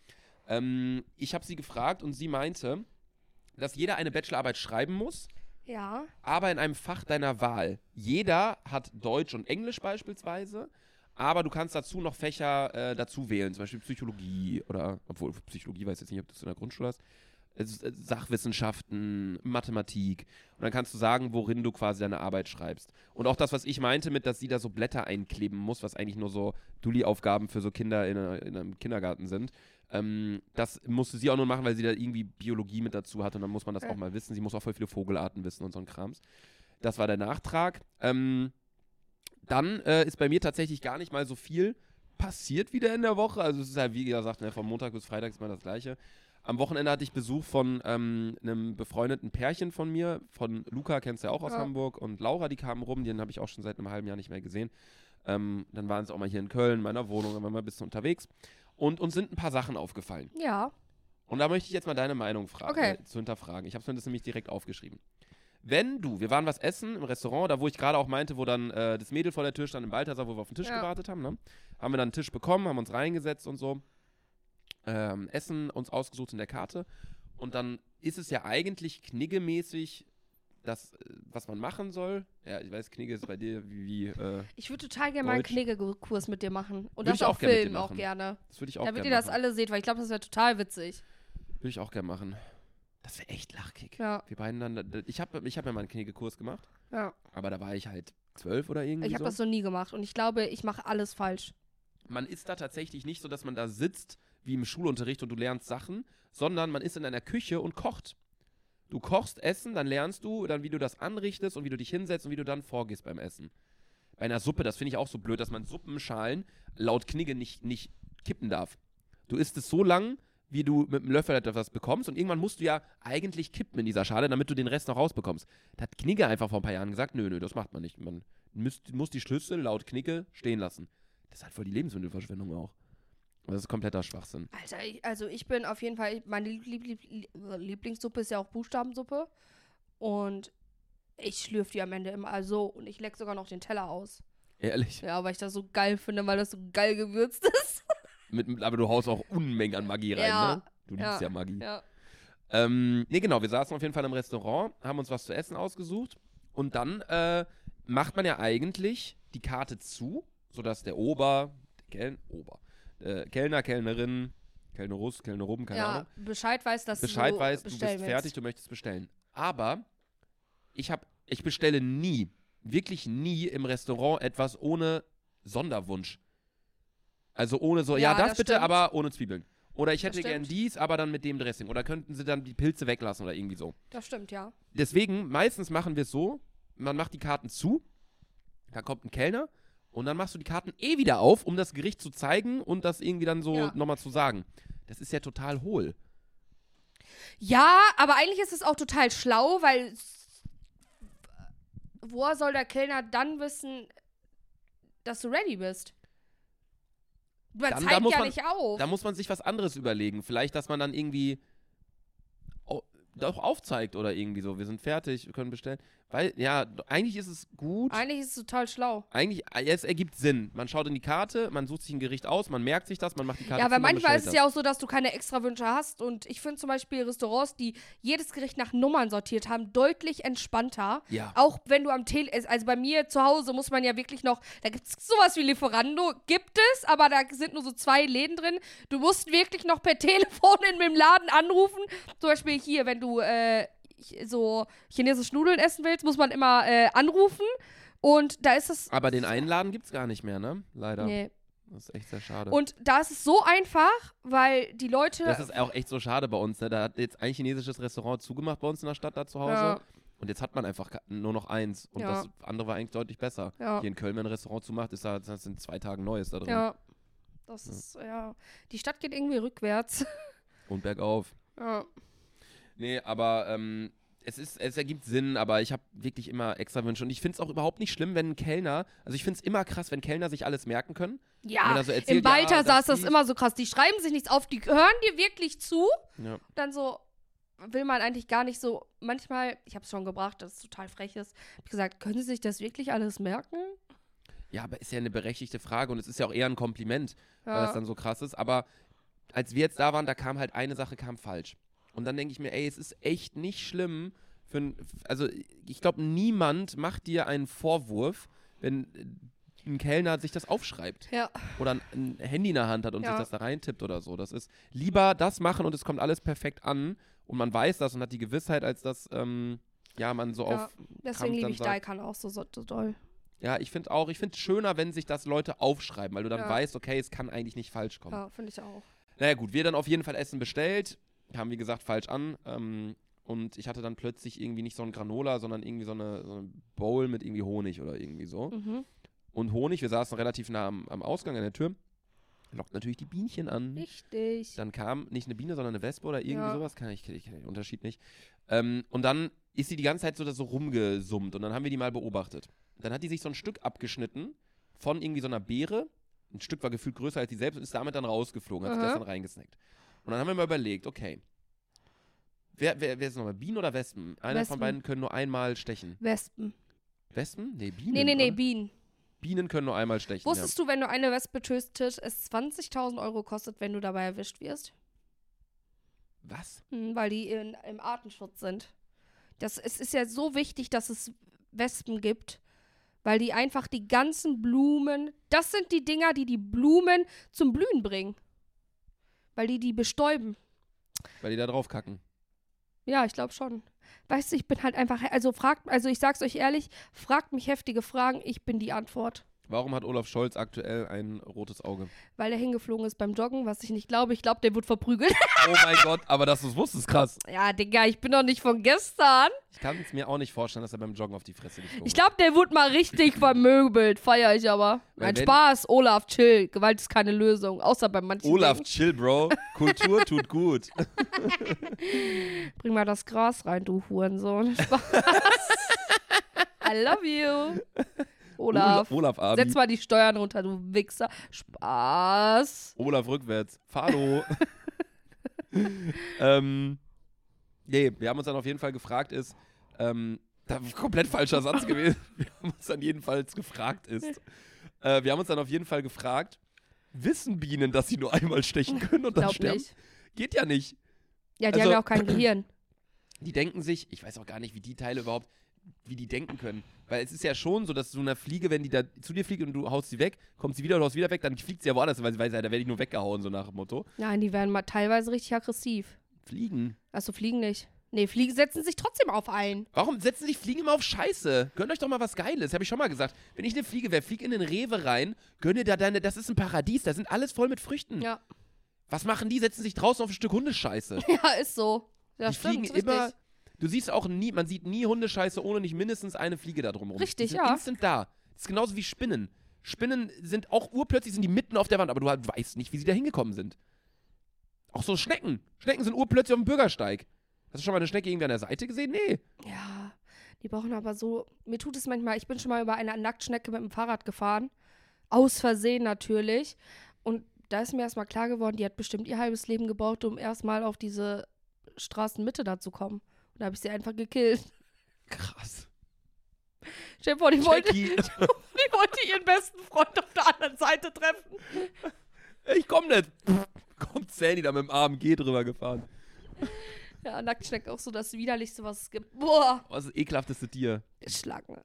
Speaker 1: Ähm, ich habe sie gefragt und sie meinte, dass jeder eine Bachelorarbeit schreiben muss,
Speaker 2: Ja.
Speaker 1: aber in einem Fach deiner Wahl. Jeder hat Deutsch und Englisch beispielsweise, aber du kannst dazu noch Fächer äh, dazu wählen, zum Beispiel Psychologie oder, obwohl Psychologie weiß ich jetzt nicht, ob du es in der Grundschule hast, äh, S- äh, Sachwissenschaften, Mathematik. Und dann kannst du sagen, worin du quasi deine Arbeit schreibst. Und auch das, was ich meinte mit, dass sie da so Blätter einkleben muss, was eigentlich nur so Dulli-Aufgaben für so Kinder in, einer- in einem Kindergarten sind. Ähm, das musste sie auch nur machen, weil sie da irgendwie Biologie mit dazu hat und dann muss man das
Speaker 2: Ja.
Speaker 1: auch mal wissen. Sie muss auch voll viele Vogelarten wissen und so ein Krams. Das war der Nachtrag. Ähm, dann äh, ist bei mir tatsächlich gar nicht mal so viel passiert wieder in der Woche. Also es ist halt, wie gesagt, ne, von Montag bis Freitag ist mal das Gleiche. Am Wochenende hatte ich Besuch von ähm, einem befreundeten Pärchen von mir, von Luca, kennst du ja auch aus
Speaker 2: Ja.
Speaker 1: Hamburg, und Laura, die kamen rum, den habe ich auch schon seit einem halben Jahr nicht mehr gesehen. Ähm, dann waren sie auch mal hier in Köln, in meiner Wohnung, dann waren wir ein bisschen unterwegs. Und uns sind ein paar Sachen aufgefallen.
Speaker 2: Ja.
Speaker 1: Und da möchte ich jetzt mal deine Meinung fragen,
Speaker 2: Okay.
Speaker 1: äh, zu hinterfragen. Ich habe mir das nämlich direkt aufgeschrieben. Wenn du, wir waren was essen im Restaurant, da wo ich gerade auch meinte, wo dann äh, das Mädel vor der Tür stand im Balthasar, wo wir auf den Tisch
Speaker 2: Ja.
Speaker 1: gewartet haben, ne? haben wir dann einen Tisch bekommen, haben uns reingesetzt und so, ähm, Essen uns ausgesucht in der Karte und dann ist es ja eigentlich kniggemäßig das, äh, was man machen soll. Ja, ich weiß, Knigge ist bei dir wie, wie äh,
Speaker 2: Ich würde total gerne mal einen
Speaker 1: Deutsch.
Speaker 2: Knigge-Kurs mit dir machen. Und
Speaker 1: Würde
Speaker 2: das
Speaker 1: ich
Speaker 2: auch,
Speaker 1: auch gerne mit dir
Speaker 2: filmen, auch
Speaker 1: machen.
Speaker 2: gerne.
Speaker 1: das würde ich auch
Speaker 2: Damit
Speaker 1: gerne
Speaker 2: ihr das
Speaker 1: machen.
Speaker 2: alle seht, weil ich glaube, das wäre total witzig.
Speaker 1: Würde ich auch gerne machen. Das wäre echt lachkick.
Speaker 2: Ja.
Speaker 1: Wir beiden dann, äh, ich habe ich hab ja mal einen Knigge-Kurs gemacht.
Speaker 2: Ja.
Speaker 1: Aber da war ich halt zwölf oder irgendwie
Speaker 2: Ich habe
Speaker 1: so.
Speaker 2: das noch nie gemacht und ich glaube, ich mache alles falsch.
Speaker 1: man ist da tatsächlich nicht so, dass man da sitzt wie im Schulunterricht und du lernst Sachen, sondern man ist in einer Küche und kocht. Du kochst Essen, dann lernst du, dann wie du das anrichtest und wie du dich hinsetzt und wie du dann vorgehst beim Essen. Bei einer Suppe, das finde ich auch so blöd, dass man Suppenschalen laut Knigge nicht, nicht kippen darf. Du isst es so lang, wie du mit dem Löffel etwas bekommst und irgendwann musst du ja eigentlich kippen in dieser Schale, damit du den Rest noch rausbekommst. Da hat Knigge einfach vor ein paar Jahren gesagt, nö, nö, das macht man nicht. Man müsst, muss die Schlüssel laut Knigge stehen lassen. Das ist halt voll die Lebensmittelverschwendung auch. Aber das ist kompletter Schwachsinn.
Speaker 2: Alter, ich, also ich bin auf jeden Fall, meine Lieb Lieb Lieb Lieblingssuppe ist ja auch Buchstabensuppe. Und ich schlürfe die am Ende immer so und ich leck sogar noch den Teller aus.
Speaker 1: Ehrlich.
Speaker 2: Ja, weil ich das so geil finde, weil das so geil gewürzt ist.
Speaker 1: Mit, mit- aber du haust auch Unmengen an Magie rein,
Speaker 2: Ja,
Speaker 1: ne? Du liebst ja,
Speaker 2: ja,
Speaker 1: Magie.
Speaker 2: Ja.
Speaker 1: Ähm, nee, genau, wir saßen auf jeden Fall im Restaurant, haben uns was zu essen ausgesucht und dann äh, macht man ja eigentlich die Karte zu, sodass der Ober, der Kelln, Ober, äh, Kellner, Kellnerin, Kellnerus, Kellnerum, keine Ahnung,
Speaker 2: ja, Bescheid weiß, dass
Speaker 1: Bescheid
Speaker 2: du so
Speaker 1: weißt, du bist
Speaker 2: bestellen willst.
Speaker 1: fertig, du möchtest bestellen. Aber ich habe, ich bestelle nie, wirklich nie im Restaurant etwas ohne Sonderwunsch. Also ohne so,
Speaker 2: Ja,
Speaker 1: ja, das,
Speaker 2: das
Speaker 1: bitte,
Speaker 2: stimmt.
Speaker 1: aber ohne Zwiebeln. Oder ich
Speaker 2: Das
Speaker 1: hätte gern
Speaker 2: stimmt.
Speaker 1: dies, aber dann mit dem Dressing. Oder könnten sie dann die Pilze weglassen oder irgendwie so.
Speaker 2: Das stimmt, ja.
Speaker 1: Deswegen, meistens machen wir es so, man macht die Karten zu, da kommt ein Kellner Und dann machst du die Karten eh wieder auf, um das Gericht zu zeigen und das irgendwie dann so
Speaker 2: Ja.
Speaker 1: nochmal zu sagen. Das ist ja total hohl.
Speaker 2: Ja, aber eigentlich ist es auch total schlau, weil s- woher soll der Kellner dann wissen, dass du ready bist? Man
Speaker 1: Dann- da
Speaker 2: zeigt
Speaker 1: muss
Speaker 2: ja
Speaker 1: man-
Speaker 2: nicht auf.
Speaker 1: Da muss man sich was anderes überlegen. Vielleicht, dass man dann irgendwie au- doch aufzeigt oder irgendwie so. Wir sind fertig, wir können bestellen. Weil, ja, eigentlich ist es gut.
Speaker 2: Eigentlich ist es total schlau.
Speaker 1: Eigentlich, es ergibt Sinn. Man schaut in die Karte, man sucht sich ein Gericht aus, man merkt sich das, man macht die Karte
Speaker 2: ja, weil
Speaker 1: zu, man
Speaker 2: manchmal ist es
Speaker 1: bestellt
Speaker 2: ja auch so, dass du keine Extrawünsche hast. Und ich finde zum Beispiel Restaurants, die jedes Gericht nach Nummern sortiert haben, deutlich entspannter.
Speaker 1: das. Ja.
Speaker 2: Auch wenn du am Tele, also bei mir zu Hause muss man ja wirklich noch, da gibt es sowas wie Lieferando, gibt es, aber da sind nur so zwei Läden drin. Du musst wirklich noch per Telefon in dem Laden anrufen. Zum Beispiel hier, wenn du äh, ch- so chinesische Nudeln essen willst, muss man immer äh, anrufen. Und da ist es.
Speaker 1: Aber den einen Laden gibt es gar nicht mehr, ne? Leider.
Speaker 2: Nee.
Speaker 1: Das ist echt sehr schade.
Speaker 2: Und da ist es so einfach, weil die Leute.
Speaker 1: das ist auch echt so schade bei uns. Ne? Da hat jetzt ein chinesisches Restaurant zugemacht bei uns in der Stadt da zu Hause.
Speaker 2: Ja.
Speaker 1: Und jetzt hat man einfach ka- nur noch eins. Und
Speaker 2: Ja.
Speaker 1: das andere war eigentlich deutlich besser.
Speaker 2: Ja.
Speaker 1: Hier in Köln, wenn ein Restaurant zumacht, ist da das sind zwei Tagen Neues da drin.
Speaker 2: Ja. Das ist, ja. Die Stadt geht irgendwie rückwärts.
Speaker 1: Und bergauf.
Speaker 2: Ja.
Speaker 1: Nee, aber ähm, es, ist, es ergibt Sinn, aber ich habe wirklich immer extra Wünsche. Und ich finde es auch überhaupt nicht schlimm, wenn ein Kellner, also ich finde es immer krass, wenn Kellner sich alles merken können. Wenn
Speaker 2: Ja,
Speaker 1: er so erzählt,
Speaker 2: im Walter
Speaker 1: ja,
Speaker 2: saß
Speaker 1: das
Speaker 2: das
Speaker 1: die-
Speaker 2: immer so krass. Die schreiben sich nichts auf, die hören dir wirklich zu.
Speaker 1: Ja.
Speaker 2: Dann so will man eigentlich gar nicht so. Manchmal, ich habe es schon gebracht, dass es total frech ist. Hab gesagt, können Sie sich das wirklich alles merken?
Speaker 1: ja, aber ist ja eine berechtigte Frage und es ist ja auch eher ein Kompliment, weil das
Speaker 2: Ja.
Speaker 1: dann so krass ist. Aber als wir jetzt da waren, da kam halt eine Sache kam falsch. Und dann denke ich mir, ey, es ist echt nicht schlimm. Für ein, also ich glaube, niemand macht dir einen Vorwurf, wenn ein Kellner sich das aufschreibt.
Speaker 2: ja.
Speaker 1: oder ein, ein Handy in der Hand hat und
Speaker 2: Ja.
Speaker 1: sich das da reintippt oder so. Das ist lieber das machen und es kommt alles perfekt an und man weiß das und hat die Gewissheit, als dass ähm, ja man so
Speaker 2: Ja.
Speaker 1: auf.
Speaker 2: Deswegen
Speaker 1: Kampf
Speaker 2: liebe
Speaker 1: dann
Speaker 2: ich
Speaker 1: sagt-
Speaker 2: Daikan auch so, so, so doll.
Speaker 1: Ja, ich finde auch, ich finde es schöner, wenn sich das Leute aufschreiben, weil du dann
Speaker 2: Ja.
Speaker 1: weißt, okay, es kann eigentlich nicht falsch kommen.
Speaker 2: Ja, finde ich auch.
Speaker 1: Naja, gut, wir dann auf jeden Fall Essen bestellt, kamen wie gesagt falsch an. Ähm, und ich hatte dann plötzlich irgendwie nicht so ein Granola, sondern irgendwie so eine, so eine Bowl mit irgendwie Honig oder irgendwie so.
Speaker 2: Mhm.
Speaker 1: Und Honig, wir saßen relativ nah am, am Ausgang an der Tür. Lockt natürlich die Bienchen an.
Speaker 2: Richtig.
Speaker 1: Dann kam nicht eine Biene, sondern eine Wespe oder irgendwie
Speaker 2: Ja.
Speaker 1: sowas. Kann ich, ich kenne den Unterschied nicht. Ähm, und dann ist sie die ganze Zeit so, das so rumgesummt. Und dann haben wir die mal beobachtet. Dann hat die sich so ein Stück abgeschnitten von irgendwie so einer Beere. Ein Stück war gefühlt größer als die selbst und ist damit dann rausgeflogen, hat sich
Speaker 2: Aha.
Speaker 1: das dann reingesnackt. Und dann haben wir mal überlegt, okay. Wer, wer, wer ist nochmal? Bienen oder Wespen? Einer von
Speaker 2: Wespen.
Speaker 1: beiden können nur einmal stechen.
Speaker 2: Wespen.
Speaker 1: Wespen? Nee, Bienen.
Speaker 2: Nee, nee, nee,
Speaker 1: oder?
Speaker 2: Bienen.
Speaker 1: Bienen können nur einmal stechen. Ja.
Speaker 2: Wusstest du, wenn du eine Wespe tötest, es 20.000 Euro kostet, wenn du dabei erwischt wirst?
Speaker 1: Was?
Speaker 2: Hm, weil die in, im Artenschutz sind. Das, es ist ja so wichtig, dass es Wespen gibt, weil die einfach die ganzen Blumen, das sind die Dinger, die die Blumen zum Blühen bringen. Weil die die bestäuben.
Speaker 1: Weil die da drauf kacken.
Speaker 2: Ja, ich glaube schon. Weißt du, ich bin halt einfach, also fragt, also ich sag's euch ehrlich, fragt mich heftige Fragen, ich bin die Antwort.
Speaker 1: Warum hat Olaf Scholz aktuell ein rotes Auge?
Speaker 2: Weil der hingeflogen ist beim Joggen, was ich nicht glaube. Ich glaube, der wird verprügelt.
Speaker 1: Oh mein Gott, aber dass du es wusstest, krass.
Speaker 2: ja, Digga, ich bin doch nicht von gestern.
Speaker 1: Ich kann es mir auch nicht vorstellen, dass er beim Joggen auf die Fresse geflogen
Speaker 2: Ich glaube, der wurde mal richtig vermöbelt. Feier ich aber.
Speaker 1: Weil
Speaker 2: Mein
Speaker 1: wenn-
Speaker 2: Spaß, Olaf, chill. Gewalt ist keine Lösung. Außer bei manchen.
Speaker 1: Olaf,
Speaker 2: Dingen.
Speaker 1: chill, Bro. Kultur tut gut.
Speaker 2: Bring mal das Gras rein, du Hurensohn. Spaß. I love you. Olaf.
Speaker 1: Olaf Abi.
Speaker 2: Setz mal die Steuern runter, du Wichser. Spaß.
Speaker 1: Olaf rückwärts. Fado. ähm, nee, wir haben uns dann auf jeden Fall gefragt, ist, ähm, da komplett falscher Satz gewesen. Wir haben uns dann jedenfalls gefragt, ist. Äh, wir haben uns dann auf jeden Fall gefragt, wissen Bienen, dass sie nur einmal stechen können und dann
Speaker 2: Glaub
Speaker 1: sterben?
Speaker 2: nicht.
Speaker 1: Geht ja nicht.
Speaker 2: Ja, die
Speaker 1: Also-
Speaker 2: haben ja auch kein Gehirn.
Speaker 1: die denken sich, ich weiß auch gar nicht, wie die Teile überhaupt, wie die denken können. Weil es ist ja schon so, dass so eine Fliege, wenn die da zu dir fliegt und du haust sie weg, kommt sie wieder und haust wieder weg, dann fliegt sie ja woanders, hin, weil sie weiß, ja, da werde ich nur weggehauen, so nach dem Motto.
Speaker 2: Nein, die werden mal teilweise richtig aggressiv.
Speaker 1: Fliegen.
Speaker 2: Achso, fliegen nicht. Nee, Fliegen setzen sich trotzdem auf ein.
Speaker 1: Warum setzen sich Fliegen immer auf Scheiße? Gönnt euch doch mal was Geiles, habe ich schon mal gesagt. Wenn ich eine Fliege wäre, flieg in den Rewe rein, gönn dir da deine, das ist ein Paradies, da sind alles voll mit Früchten.
Speaker 2: Ja,
Speaker 1: Was machen die? Setzen sich draußen auf ein Stück Hundescheiße.
Speaker 2: ja ist so. Das
Speaker 1: die fliegen
Speaker 2: stimmt, richtig.
Speaker 1: immer. Du siehst auch nie, man sieht nie Hundescheiße ohne nicht mindestens eine Fliege da drumrum.
Speaker 2: Richtig,
Speaker 1: die sind
Speaker 2: ja.
Speaker 1: Instant da. Das ist genauso wie Spinnen. Spinnen sind auch urplötzlich sind die mitten auf der Wand, aber du halt weißt nicht, wie sie da hingekommen sind. Auch so Schnecken. Schnecken sind urplötzlich auf dem Bürgersteig. Hast du schon mal eine Schnecke irgendwie an der Seite gesehen? Nee.
Speaker 2: Ja, die brauchen aber so. Mir tut es manchmal, ich bin schon mal über eine Nacktschnecke mit dem Fahrrad gefahren. Aus Versehen natürlich. Und da ist mir erstmal klar geworden, die hat bestimmt ihr halbes Leben gebraucht, um erstmal auf diese Straßenmitte da zu kommen. Und da habe ich sie einfach gekillt.
Speaker 1: Krass.
Speaker 2: Stell dir vor, die wollte,
Speaker 1: Jackie,
Speaker 2: die wollte ihren besten Freund auf der anderen Seite treffen.
Speaker 1: ich komm nicht. Kommt Sandy da mit dem AMG drüber gefahren.
Speaker 2: Ja, Nacktschnecke auch so das Widerlichste, was es gibt. Boah,
Speaker 1: Was ist Oh, das ekelhafteste Tier?
Speaker 2: Schlange.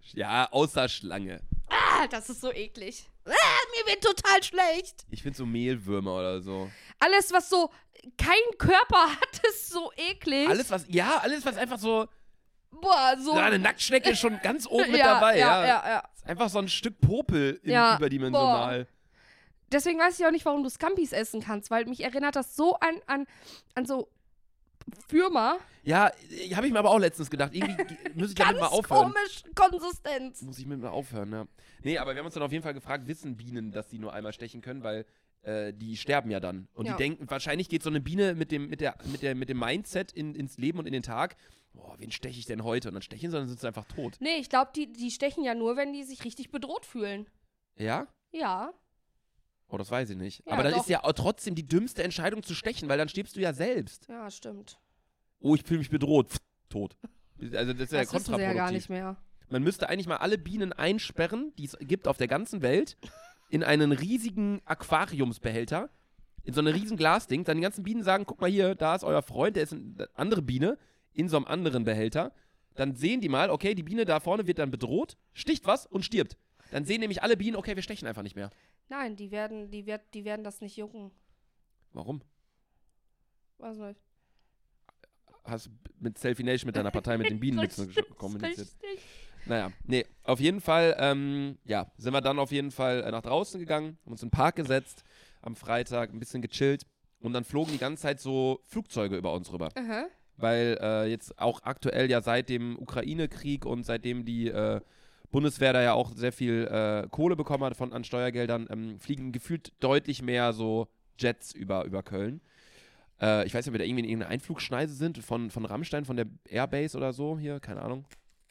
Speaker 1: Ja, außer Schlange.
Speaker 2: Ah, das ist so eklig. Ah, mir wird total schlecht.
Speaker 1: Ich finde so Mehlwürmer oder so.
Speaker 2: Alles, was so kein Körper hat, ist so eklig.
Speaker 1: Alles, was, ja, alles, was einfach so.
Speaker 2: Boah, so.
Speaker 1: Ja, eine Nacktschnecke ist schon ganz oben mit
Speaker 2: Ja,
Speaker 1: dabei,
Speaker 2: ja,
Speaker 1: ja.
Speaker 2: ja, ja.
Speaker 1: Ist Einfach so ein Stück Popel in,
Speaker 2: Ja,
Speaker 1: überdimensional.
Speaker 2: Deswegen weiß ich auch nicht, warum du Scampis essen kannst, weil mich erinnert das so an, an, an so Würmer.
Speaker 1: Ja, habe ich mir aber auch letztens gedacht. Irgendwie ge- muss ich damit
Speaker 2: Ganz
Speaker 1: mal aufhören.
Speaker 2: komisch Konsistenz.
Speaker 1: Muss ich mit mal aufhören, ja. Nee, aber wir haben uns dann auf jeden Fall gefragt, wissen Bienen, dass die nur einmal stechen können, weil äh, die sterben ja dann. Und
Speaker 2: Ja.
Speaker 1: die denken, wahrscheinlich geht so eine Biene mit dem, mit der, mit der, mit dem Mindset in, ins Leben und in den Tag, boah, wen steche ich denn heute? Und dann stechen sie, und dann sind sie einfach tot.
Speaker 2: Nee, ich glaube, die, die stechen ja nur, wenn die sich richtig bedroht fühlen.
Speaker 1: Ja?
Speaker 2: Ja.
Speaker 1: Oh, das weiß ich nicht.
Speaker 2: Ja,
Speaker 1: aber dann
Speaker 2: doch.
Speaker 1: ist ja auch trotzdem die dümmste Entscheidung zu stechen, weil dann stirbst du ja selbst.
Speaker 2: Ja, stimmt.
Speaker 1: Oh, ich fühle mich bedroht. Pff, tot. Also das ist ja
Speaker 2: das wissen sie
Speaker 1: kontraproduktiv.
Speaker 2: ja gar nicht mehr.
Speaker 1: Man müsste eigentlich mal alle Bienen einsperren, die es gibt auf der ganzen Welt, in einen riesigen Aquariumsbehälter, in so ein riesen Glasding. Dann die ganzen Bienen sagen, guck mal hier, da ist euer Freund, der ist eine andere Biene, in so einem anderen Behälter. Dann sehen die mal, okay, die Biene da vorne wird dann bedroht, sticht was und stirbt. Dann sehen nämlich alle Bienen, okay, wir stechen einfach nicht mehr.
Speaker 2: Nein, die werden, die, wird, die werden das nicht jucken.
Speaker 1: Warum?
Speaker 2: Weiß nicht.
Speaker 1: Hast du mit Selfie Nation mit deiner Partei mit den Bienen nichts zu- kommuniziert?
Speaker 2: Richtig.
Speaker 1: Naja, nee, auf jeden Fall, ähm, ja, sind wir dann auf jeden Fall äh, nach draußen gegangen, haben uns in den Park gesetzt, am Freitag ein bisschen gechillt und dann flogen die ganze Zeit so Flugzeuge über uns rüber.
Speaker 2: Aha.
Speaker 1: Weil äh, jetzt auch aktuell ja seit dem Ukraine-Krieg und seitdem die äh, Bundeswehr da ja auch sehr viel äh, Kohle bekommen hat von, an Steuergeldern, ähm, fliegen gefühlt deutlich mehr so Jets über, über Köln. Äh, ich weiß nicht, ob wir da irgendwie in irgendeiner Einflugschneise sind von, von Rammstein, von der Airbase oder so hier, keine Ahnung.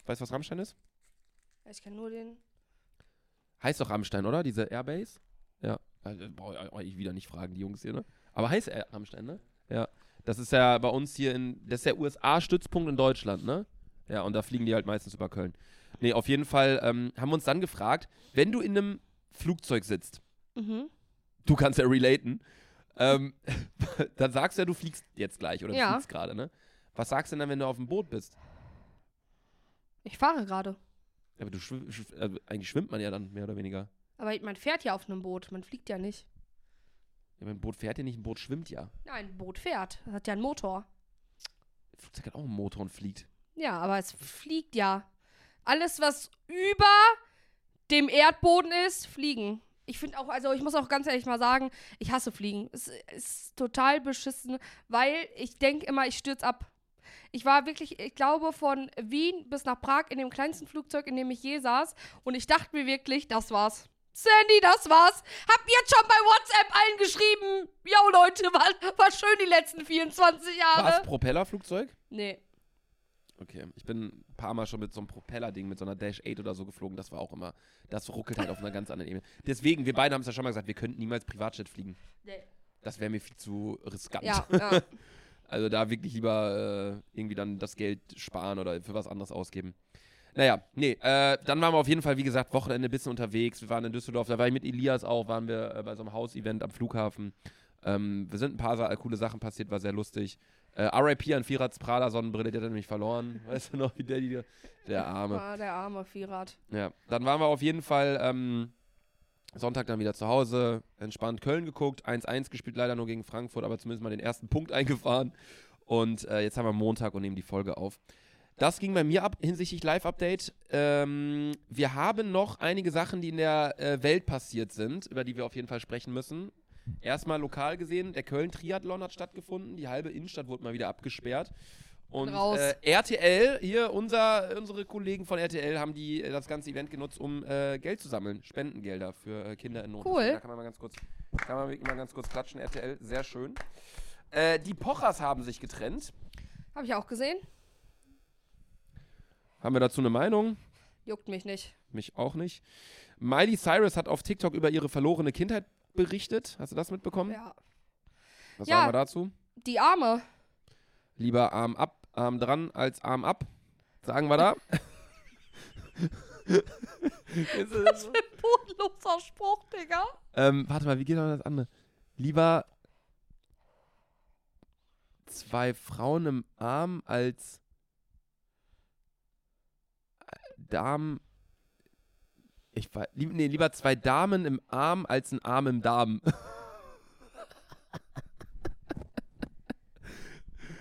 Speaker 1: Weißt du, was Rammstein ist?
Speaker 2: Ich kann nur den.
Speaker 1: Heißt doch Rammstein, oder? Diese Airbase? Ja. Also, Brauche ich eigentlich wieder nicht fragen, die Jungs hier, ne? Aber heißt er Rammstein, ne? Ja. Das ist ja bei uns hier in. Das ist der USA-Stützpunkt in Deutschland, ne? Ja, und da fliegen die halt meistens über Köln. Nee, auf jeden Fall ähm, haben wir uns dann gefragt, wenn du in einem Flugzeug sitzt,
Speaker 2: Mhm.
Speaker 1: du kannst ja relaten, ähm, dann sagst du ja, du fliegst jetzt gleich oder du
Speaker 2: Ja.
Speaker 1: fliegst gerade, ne? Was sagst du denn dann, wenn du auf dem Boot bist?
Speaker 2: Ich fahre gerade.
Speaker 1: Aber du schw schw also eigentlich schwimmt man ja dann mehr oder weniger.
Speaker 2: Aber man fährt ja auf einem Boot, man fliegt ja nicht.
Speaker 1: Ja, ein Boot fährt ja nicht, ein Boot schwimmt ja.
Speaker 2: Nein, ein Boot fährt. Das hat ja einen Motor.
Speaker 1: Flugzeug hat auch einen Motor und fliegt.
Speaker 2: Ja, aber es fliegt ja. Alles, was über dem Erdboden ist, fliegen. Ich finde auch, also ich muss auch ganz ehrlich mal sagen, ich hasse Fliegen. Es ist total beschissen, weil ich denke immer, ich stürze ab. Ich war wirklich, ich glaube, von Wien bis nach Prag in dem kleinsten Flugzeug, in dem ich je saß. Und ich dachte mir wirklich, das war's. Sandy, das war's. Hab jetzt schon bei WhatsApp allen geschrieben. Jo, Leute, war, war schön die letzten 24
Speaker 1: War es
Speaker 2: Jahre.
Speaker 1: Propellerflugzeug?
Speaker 2: Nee.
Speaker 1: Okay, ich bin ein paar Mal schon mit so einem Propellerding, mit so einer Dash 8 oder so geflogen. Das war auch immer, das ruckelt halt auf einer ganz anderen Ebene. Deswegen, wir beide haben es ja schon mal gesagt, wir könnten niemals Privatjet fliegen.
Speaker 2: Nee.
Speaker 1: Das wäre mir viel zu riskant.
Speaker 2: Ja, ja.
Speaker 1: Also da wirklich lieber äh, irgendwie dann das Geld sparen oder für was anderes ausgeben. Naja, nee, äh, dann waren wir auf jeden Fall, wie gesagt, Wochenende ein bisschen unterwegs. Wir waren in Düsseldorf, da war ich mit Elias auch, waren wir äh, bei so einem Hausevent am Flughafen. Ähm, wir sind ein paar sa- coole Sachen passiert, war sehr lustig. Äh, RIP an Firats Prada Sonnenbrille, der hat er nämlich verloren. Weißt du noch, wie der die, der Arme.
Speaker 2: Ah, der arme Vierrad.
Speaker 1: Ja, dann waren wir auf jeden Fall ähm, Sonntag dann wieder zu Hause, entspannt Köln geguckt, 1-1 gespielt, leider nur gegen Frankfurt, aber zumindest mal den ersten Punkt eingefahren. Und äh, jetzt haben wir Montag und nehmen die Folge auf. Das ging bei mir ab hinsichtlich Live-Update. Ähm, wir haben noch einige Sachen, die in der äh, Welt passiert sind, über die wir auf jeden Fall sprechen müssen. Erstmal lokal gesehen, der Köln-Triathlon hat stattgefunden, die halbe Innenstadt wurde mal wieder abgesperrt. Und
Speaker 2: Raus.
Speaker 1: äh, RTL, hier unser, unsere Kollegen von RTL haben die äh, das ganze Event genutzt, um äh, Geld zu sammeln, Spendengelder für äh, Kinder in Not.
Speaker 2: Cool.
Speaker 1: Deswegen, Da kann man mal ganz kurz, kann man mal ganz kurz klatschen. RTL, sehr schön. Äh, die Pochers haben sich getrennt.
Speaker 2: Habe ich auch gesehen.
Speaker 1: Haben wir dazu eine Meinung?
Speaker 2: Juckt mich nicht.
Speaker 1: Mich auch nicht. Miley Cyrus hat auf TikTok über ihre verlorene Kindheit berichtet. Hast du das mitbekommen?
Speaker 2: Ja.
Speaker 1: Was
Speaker 2: Ja.
Speaker 1: sagen wir dazu?
Speaker 2: Die Arme.
Speaker 1: Lieber Arm ab, Arm dran als Arm ab. Sagen wir da. Ist es-
Speaker 2: Bodenloser Spruch, Digga.
Speaker 1: ähm, warte mal, wie geht noch das andere? Lieber zwei Frauen im Arm als äh, Damen. Ich war, lieb, nee, lieber zwei Damen im Arm als ein Arm im Darm.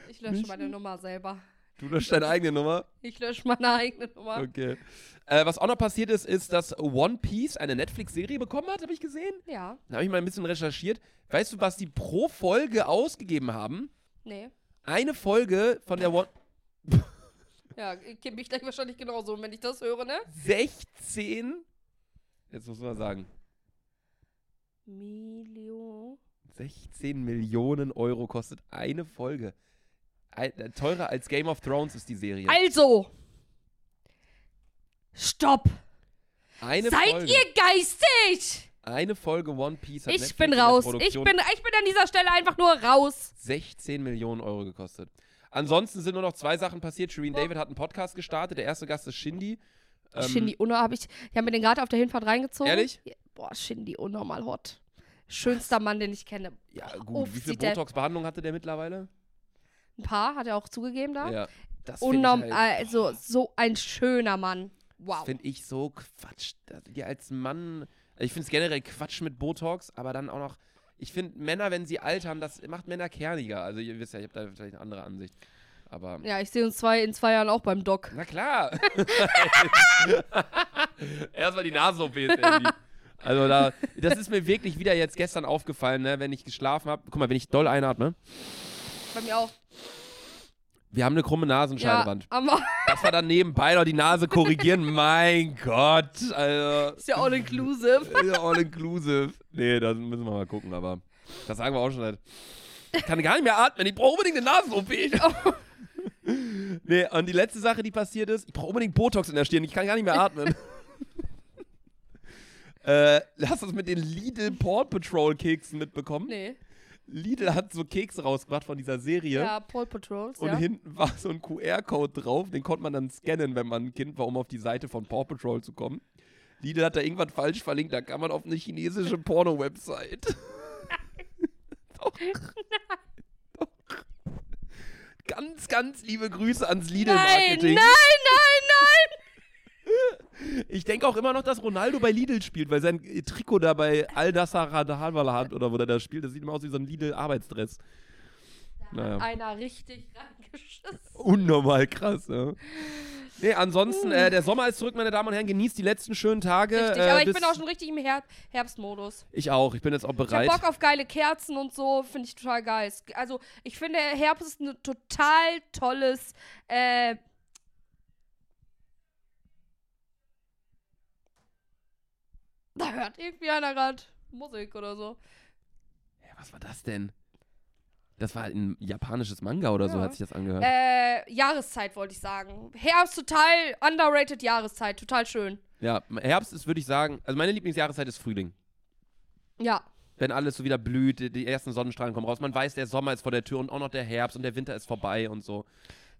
Speaker 2: Ich lösche meine Nummer selber.
Speaker 1: Du löscht deine eigene Nummer.
Speaker 2: Ich lösche meine eigene Nummer.
Speaker 1: Okay. Äh, was auch noch passiert ist, ist, dass One Piece eine Netflix-Serie bekommen hat, habe ich gesehen.
Speaker 2: Ja.
Speaker 1: Da habe ich mal ein bisschen recherchiert. Weißt du, was die pro Folge ausgegeben haben?
Speaker 2: Nee.
Speaker 1: Eine Folge von der One.
Speaker 2: Ja, ich kenne mich gleich wahrscheinlich genauso, wenn ich das höre, ne?
Speaker 1: 16. Jetzt muss man sagen.
Speaker 2: Million.
Speaker 1: 16 Millionen Euro kostet eine Folge. Ein, äh, teurer als Game of Thrones ist die Serie.
Speaker 2: Also! Stopp!
Speaker 1: Eine
Speaker 2: Seid
Speaker 1: Folge.
Speaker 2: ihr geistig?
Speaker 1: Eine Folge One Piece hat
Speaker 2: Ich
Speaker 1: Netflix
Speaker 2: bin
Speaker 1: in der
Speaker 2: raus. Ich
Speaker 1: Produktion
Speaker 2: bin, ich bin an dieser Stelle einfach nur raus.
Speaker 1: 16 Millionen Euro gekostet. Ansonsten sind nur noch zwei Sachen passiert. Shireen David hat einen Podcast gestartet. Der erste Gast ist Shindy. Ähm,
Speaker 2: Shindy Uno habe ich. Ich habe mir den gerade auf der Hinfahrt reingezogen.
Speaker 1: Ehrlich?
Speaker 2: Ja, Boah, Shindy Uno mal hot. Schönster Mann, den ich kenne.
Speaker 1: Ja,
Speaker 2: Boah,
Speaker 1: gut.
Speaker 2: uff,
Speaker 1: Wie viel
Speaker 2: sieht der-
Speaker 1: Botox-Behandlung hatte der mittlerweile?
Speaker 2: Ein paar hat er auch zugegeben da.
Speaker 1: Ja. Das finde ich,
Speaker 2: Unnorm,
Speaker 1: halt,
Speaker 2: also so ein schöner Mann.
Speaker 1: das
Speaker 2: Wow.
Speaker 1: find ich so Quatsch. dass Die als Mann. also Ich finde es generell Quatsch mit Botox, aber dann auch noch. Ich finde Männer, wenn sie alt haben, das macht Männer kerniger. Also ihr wisst ja, ich habe da vielleicht eine andere Ansicht. Aber.
Speaker 2: Ja, ich sehe uns zwei in zwei Jahren auch beim Doc.
Speaker 1: Na klar. Erstmal die Nasen-OP. ist Handy. Also da, das ist mir wirklich wieder jetzt gestern aufgefallen, ne, wenn ich geschlafen habe. Guck mal, wenn ich doll einatme.
Speaker 2: Bei mir auch.
Speaker 1: Wir haben eine krumme Nasenscheidewand.
Speaker 2: Ja, aber
Speaker 1: Dass wir dann nebenbei noch die Nase korrigieren, mein Gott. Also,
Speaker 2: ist ja all inclusive.
Speaker 1: ist ja all inclusive. Nee, da müssen wir mal gucken, aber das sagen wir auch schon halt. Ich kann gar nicht mehr atmen, ich brauche unbedingt eine Nasen-OP. Nee, und die letzte Sache, die passiert ist, ich brauche unbedingt Botox in der Stirn, ich kann gar nicht mehr atmen. äh, hast du das mit den Lidl Paw Patrol Keksen mitbekommen?
Speaker 2: Nee.
Speaker 1: Lidl hat so Kekse rausgebracht von dieser Serie.
Speaker 2: Ja, Paul Patrols.
Speaker 1: Und
Speaker 2: ja.
Speaker 1: hinten war so ein QR-Code drauf, den konnte man dann scannen, wenn man ein Kind war, um auf die Seite von Paw Patrol zu kommen. Lidl hat da irgendwas falsch verlinkt, da kann man auf eine chinesische Porno-Website. Doch. Doch. Ganz, ganz liebe Grüße ans
Speaker 2: Nein, nein, nein,
Speaker 1: Lidl-Marketing.
Speaker 2: nein!
Speaker 1: Ich denke auch immer noch, dass Ronaldo bei Lidl spielt, weil sein Trikot da bei Al-Dassar hat oder wo der da spielt, das sieht immer aus wie so ein Lidl-Arbeitsdress. Naja.
Speaker 2: Einer richtig reingeschissen.
Speaker 1: Unnormal krass, ja. Nee, ansonsten, äh, der Sommer ist zurück, meine Damen und Herren. Genießt die letzten schönen Tage.
Speaker 2: Richtig,
Speaker 1: äh,
Speaker 2: aber ich
Speaker 1: bis-
Speaker 2: bin auch schon richtig im Herb Herbstmodus.
Speaker 1: Ich auch, ich bin jetzt auch
Speaker 2: Ich hab
Speaker 1: bereit.
Speaker 2: Bock auf geile Kerzen und so, finde ich total geil. Es- Also, ich finde, Herbst ist ein total tolles. Äh, da hört irgendwie einer gerade Musik oder so.
Speaker 1: Hä, was war das denn? Das war ein japanisches Manga oder so,
Speaker 2: Ja.
Speaker 1: hat sich das angehört.
Speaker 2: Äh, Jahreszeit wollte ich sagen. Herbst total underrated Jahreszeit, total schön.
Speaker 1: Ja, Herbst ist, würde ich sagen, also meine Lieblingsjahreszeit ist Frühling.
Speaker 2: Ja.
Speaker 1: Wenn alles so wieder blüht, die- die ersten Sonnenstrahlen kommen raus. Man weiß, der Sommer ist vor der Tür und auch noch der Herbst und der Winter ist vorbei und so.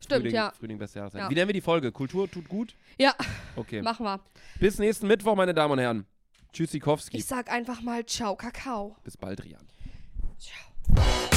Speaker 2: Stimmt,
Speaker 1: Frühling,
Speaker 2: ja.
Speaker 1: Frühling, beste Jahreszeit.
Speaker 2: Ja.
Speaker 1: Wie nennen wir die Folge? Kultur tut gut?
Speaker 2: Ja,
Speaker 1: Okay.
Speaker 2: machen wir.
Speaker 1: Bis nächsten Mittwoch, meine Damen und Herren. Tschüssikowski.
Speaker 2: Ich sag einfach mal Ciao, Kakao.
Speaker 1: Bis bald, Rian.
Speaker 2: Ciao.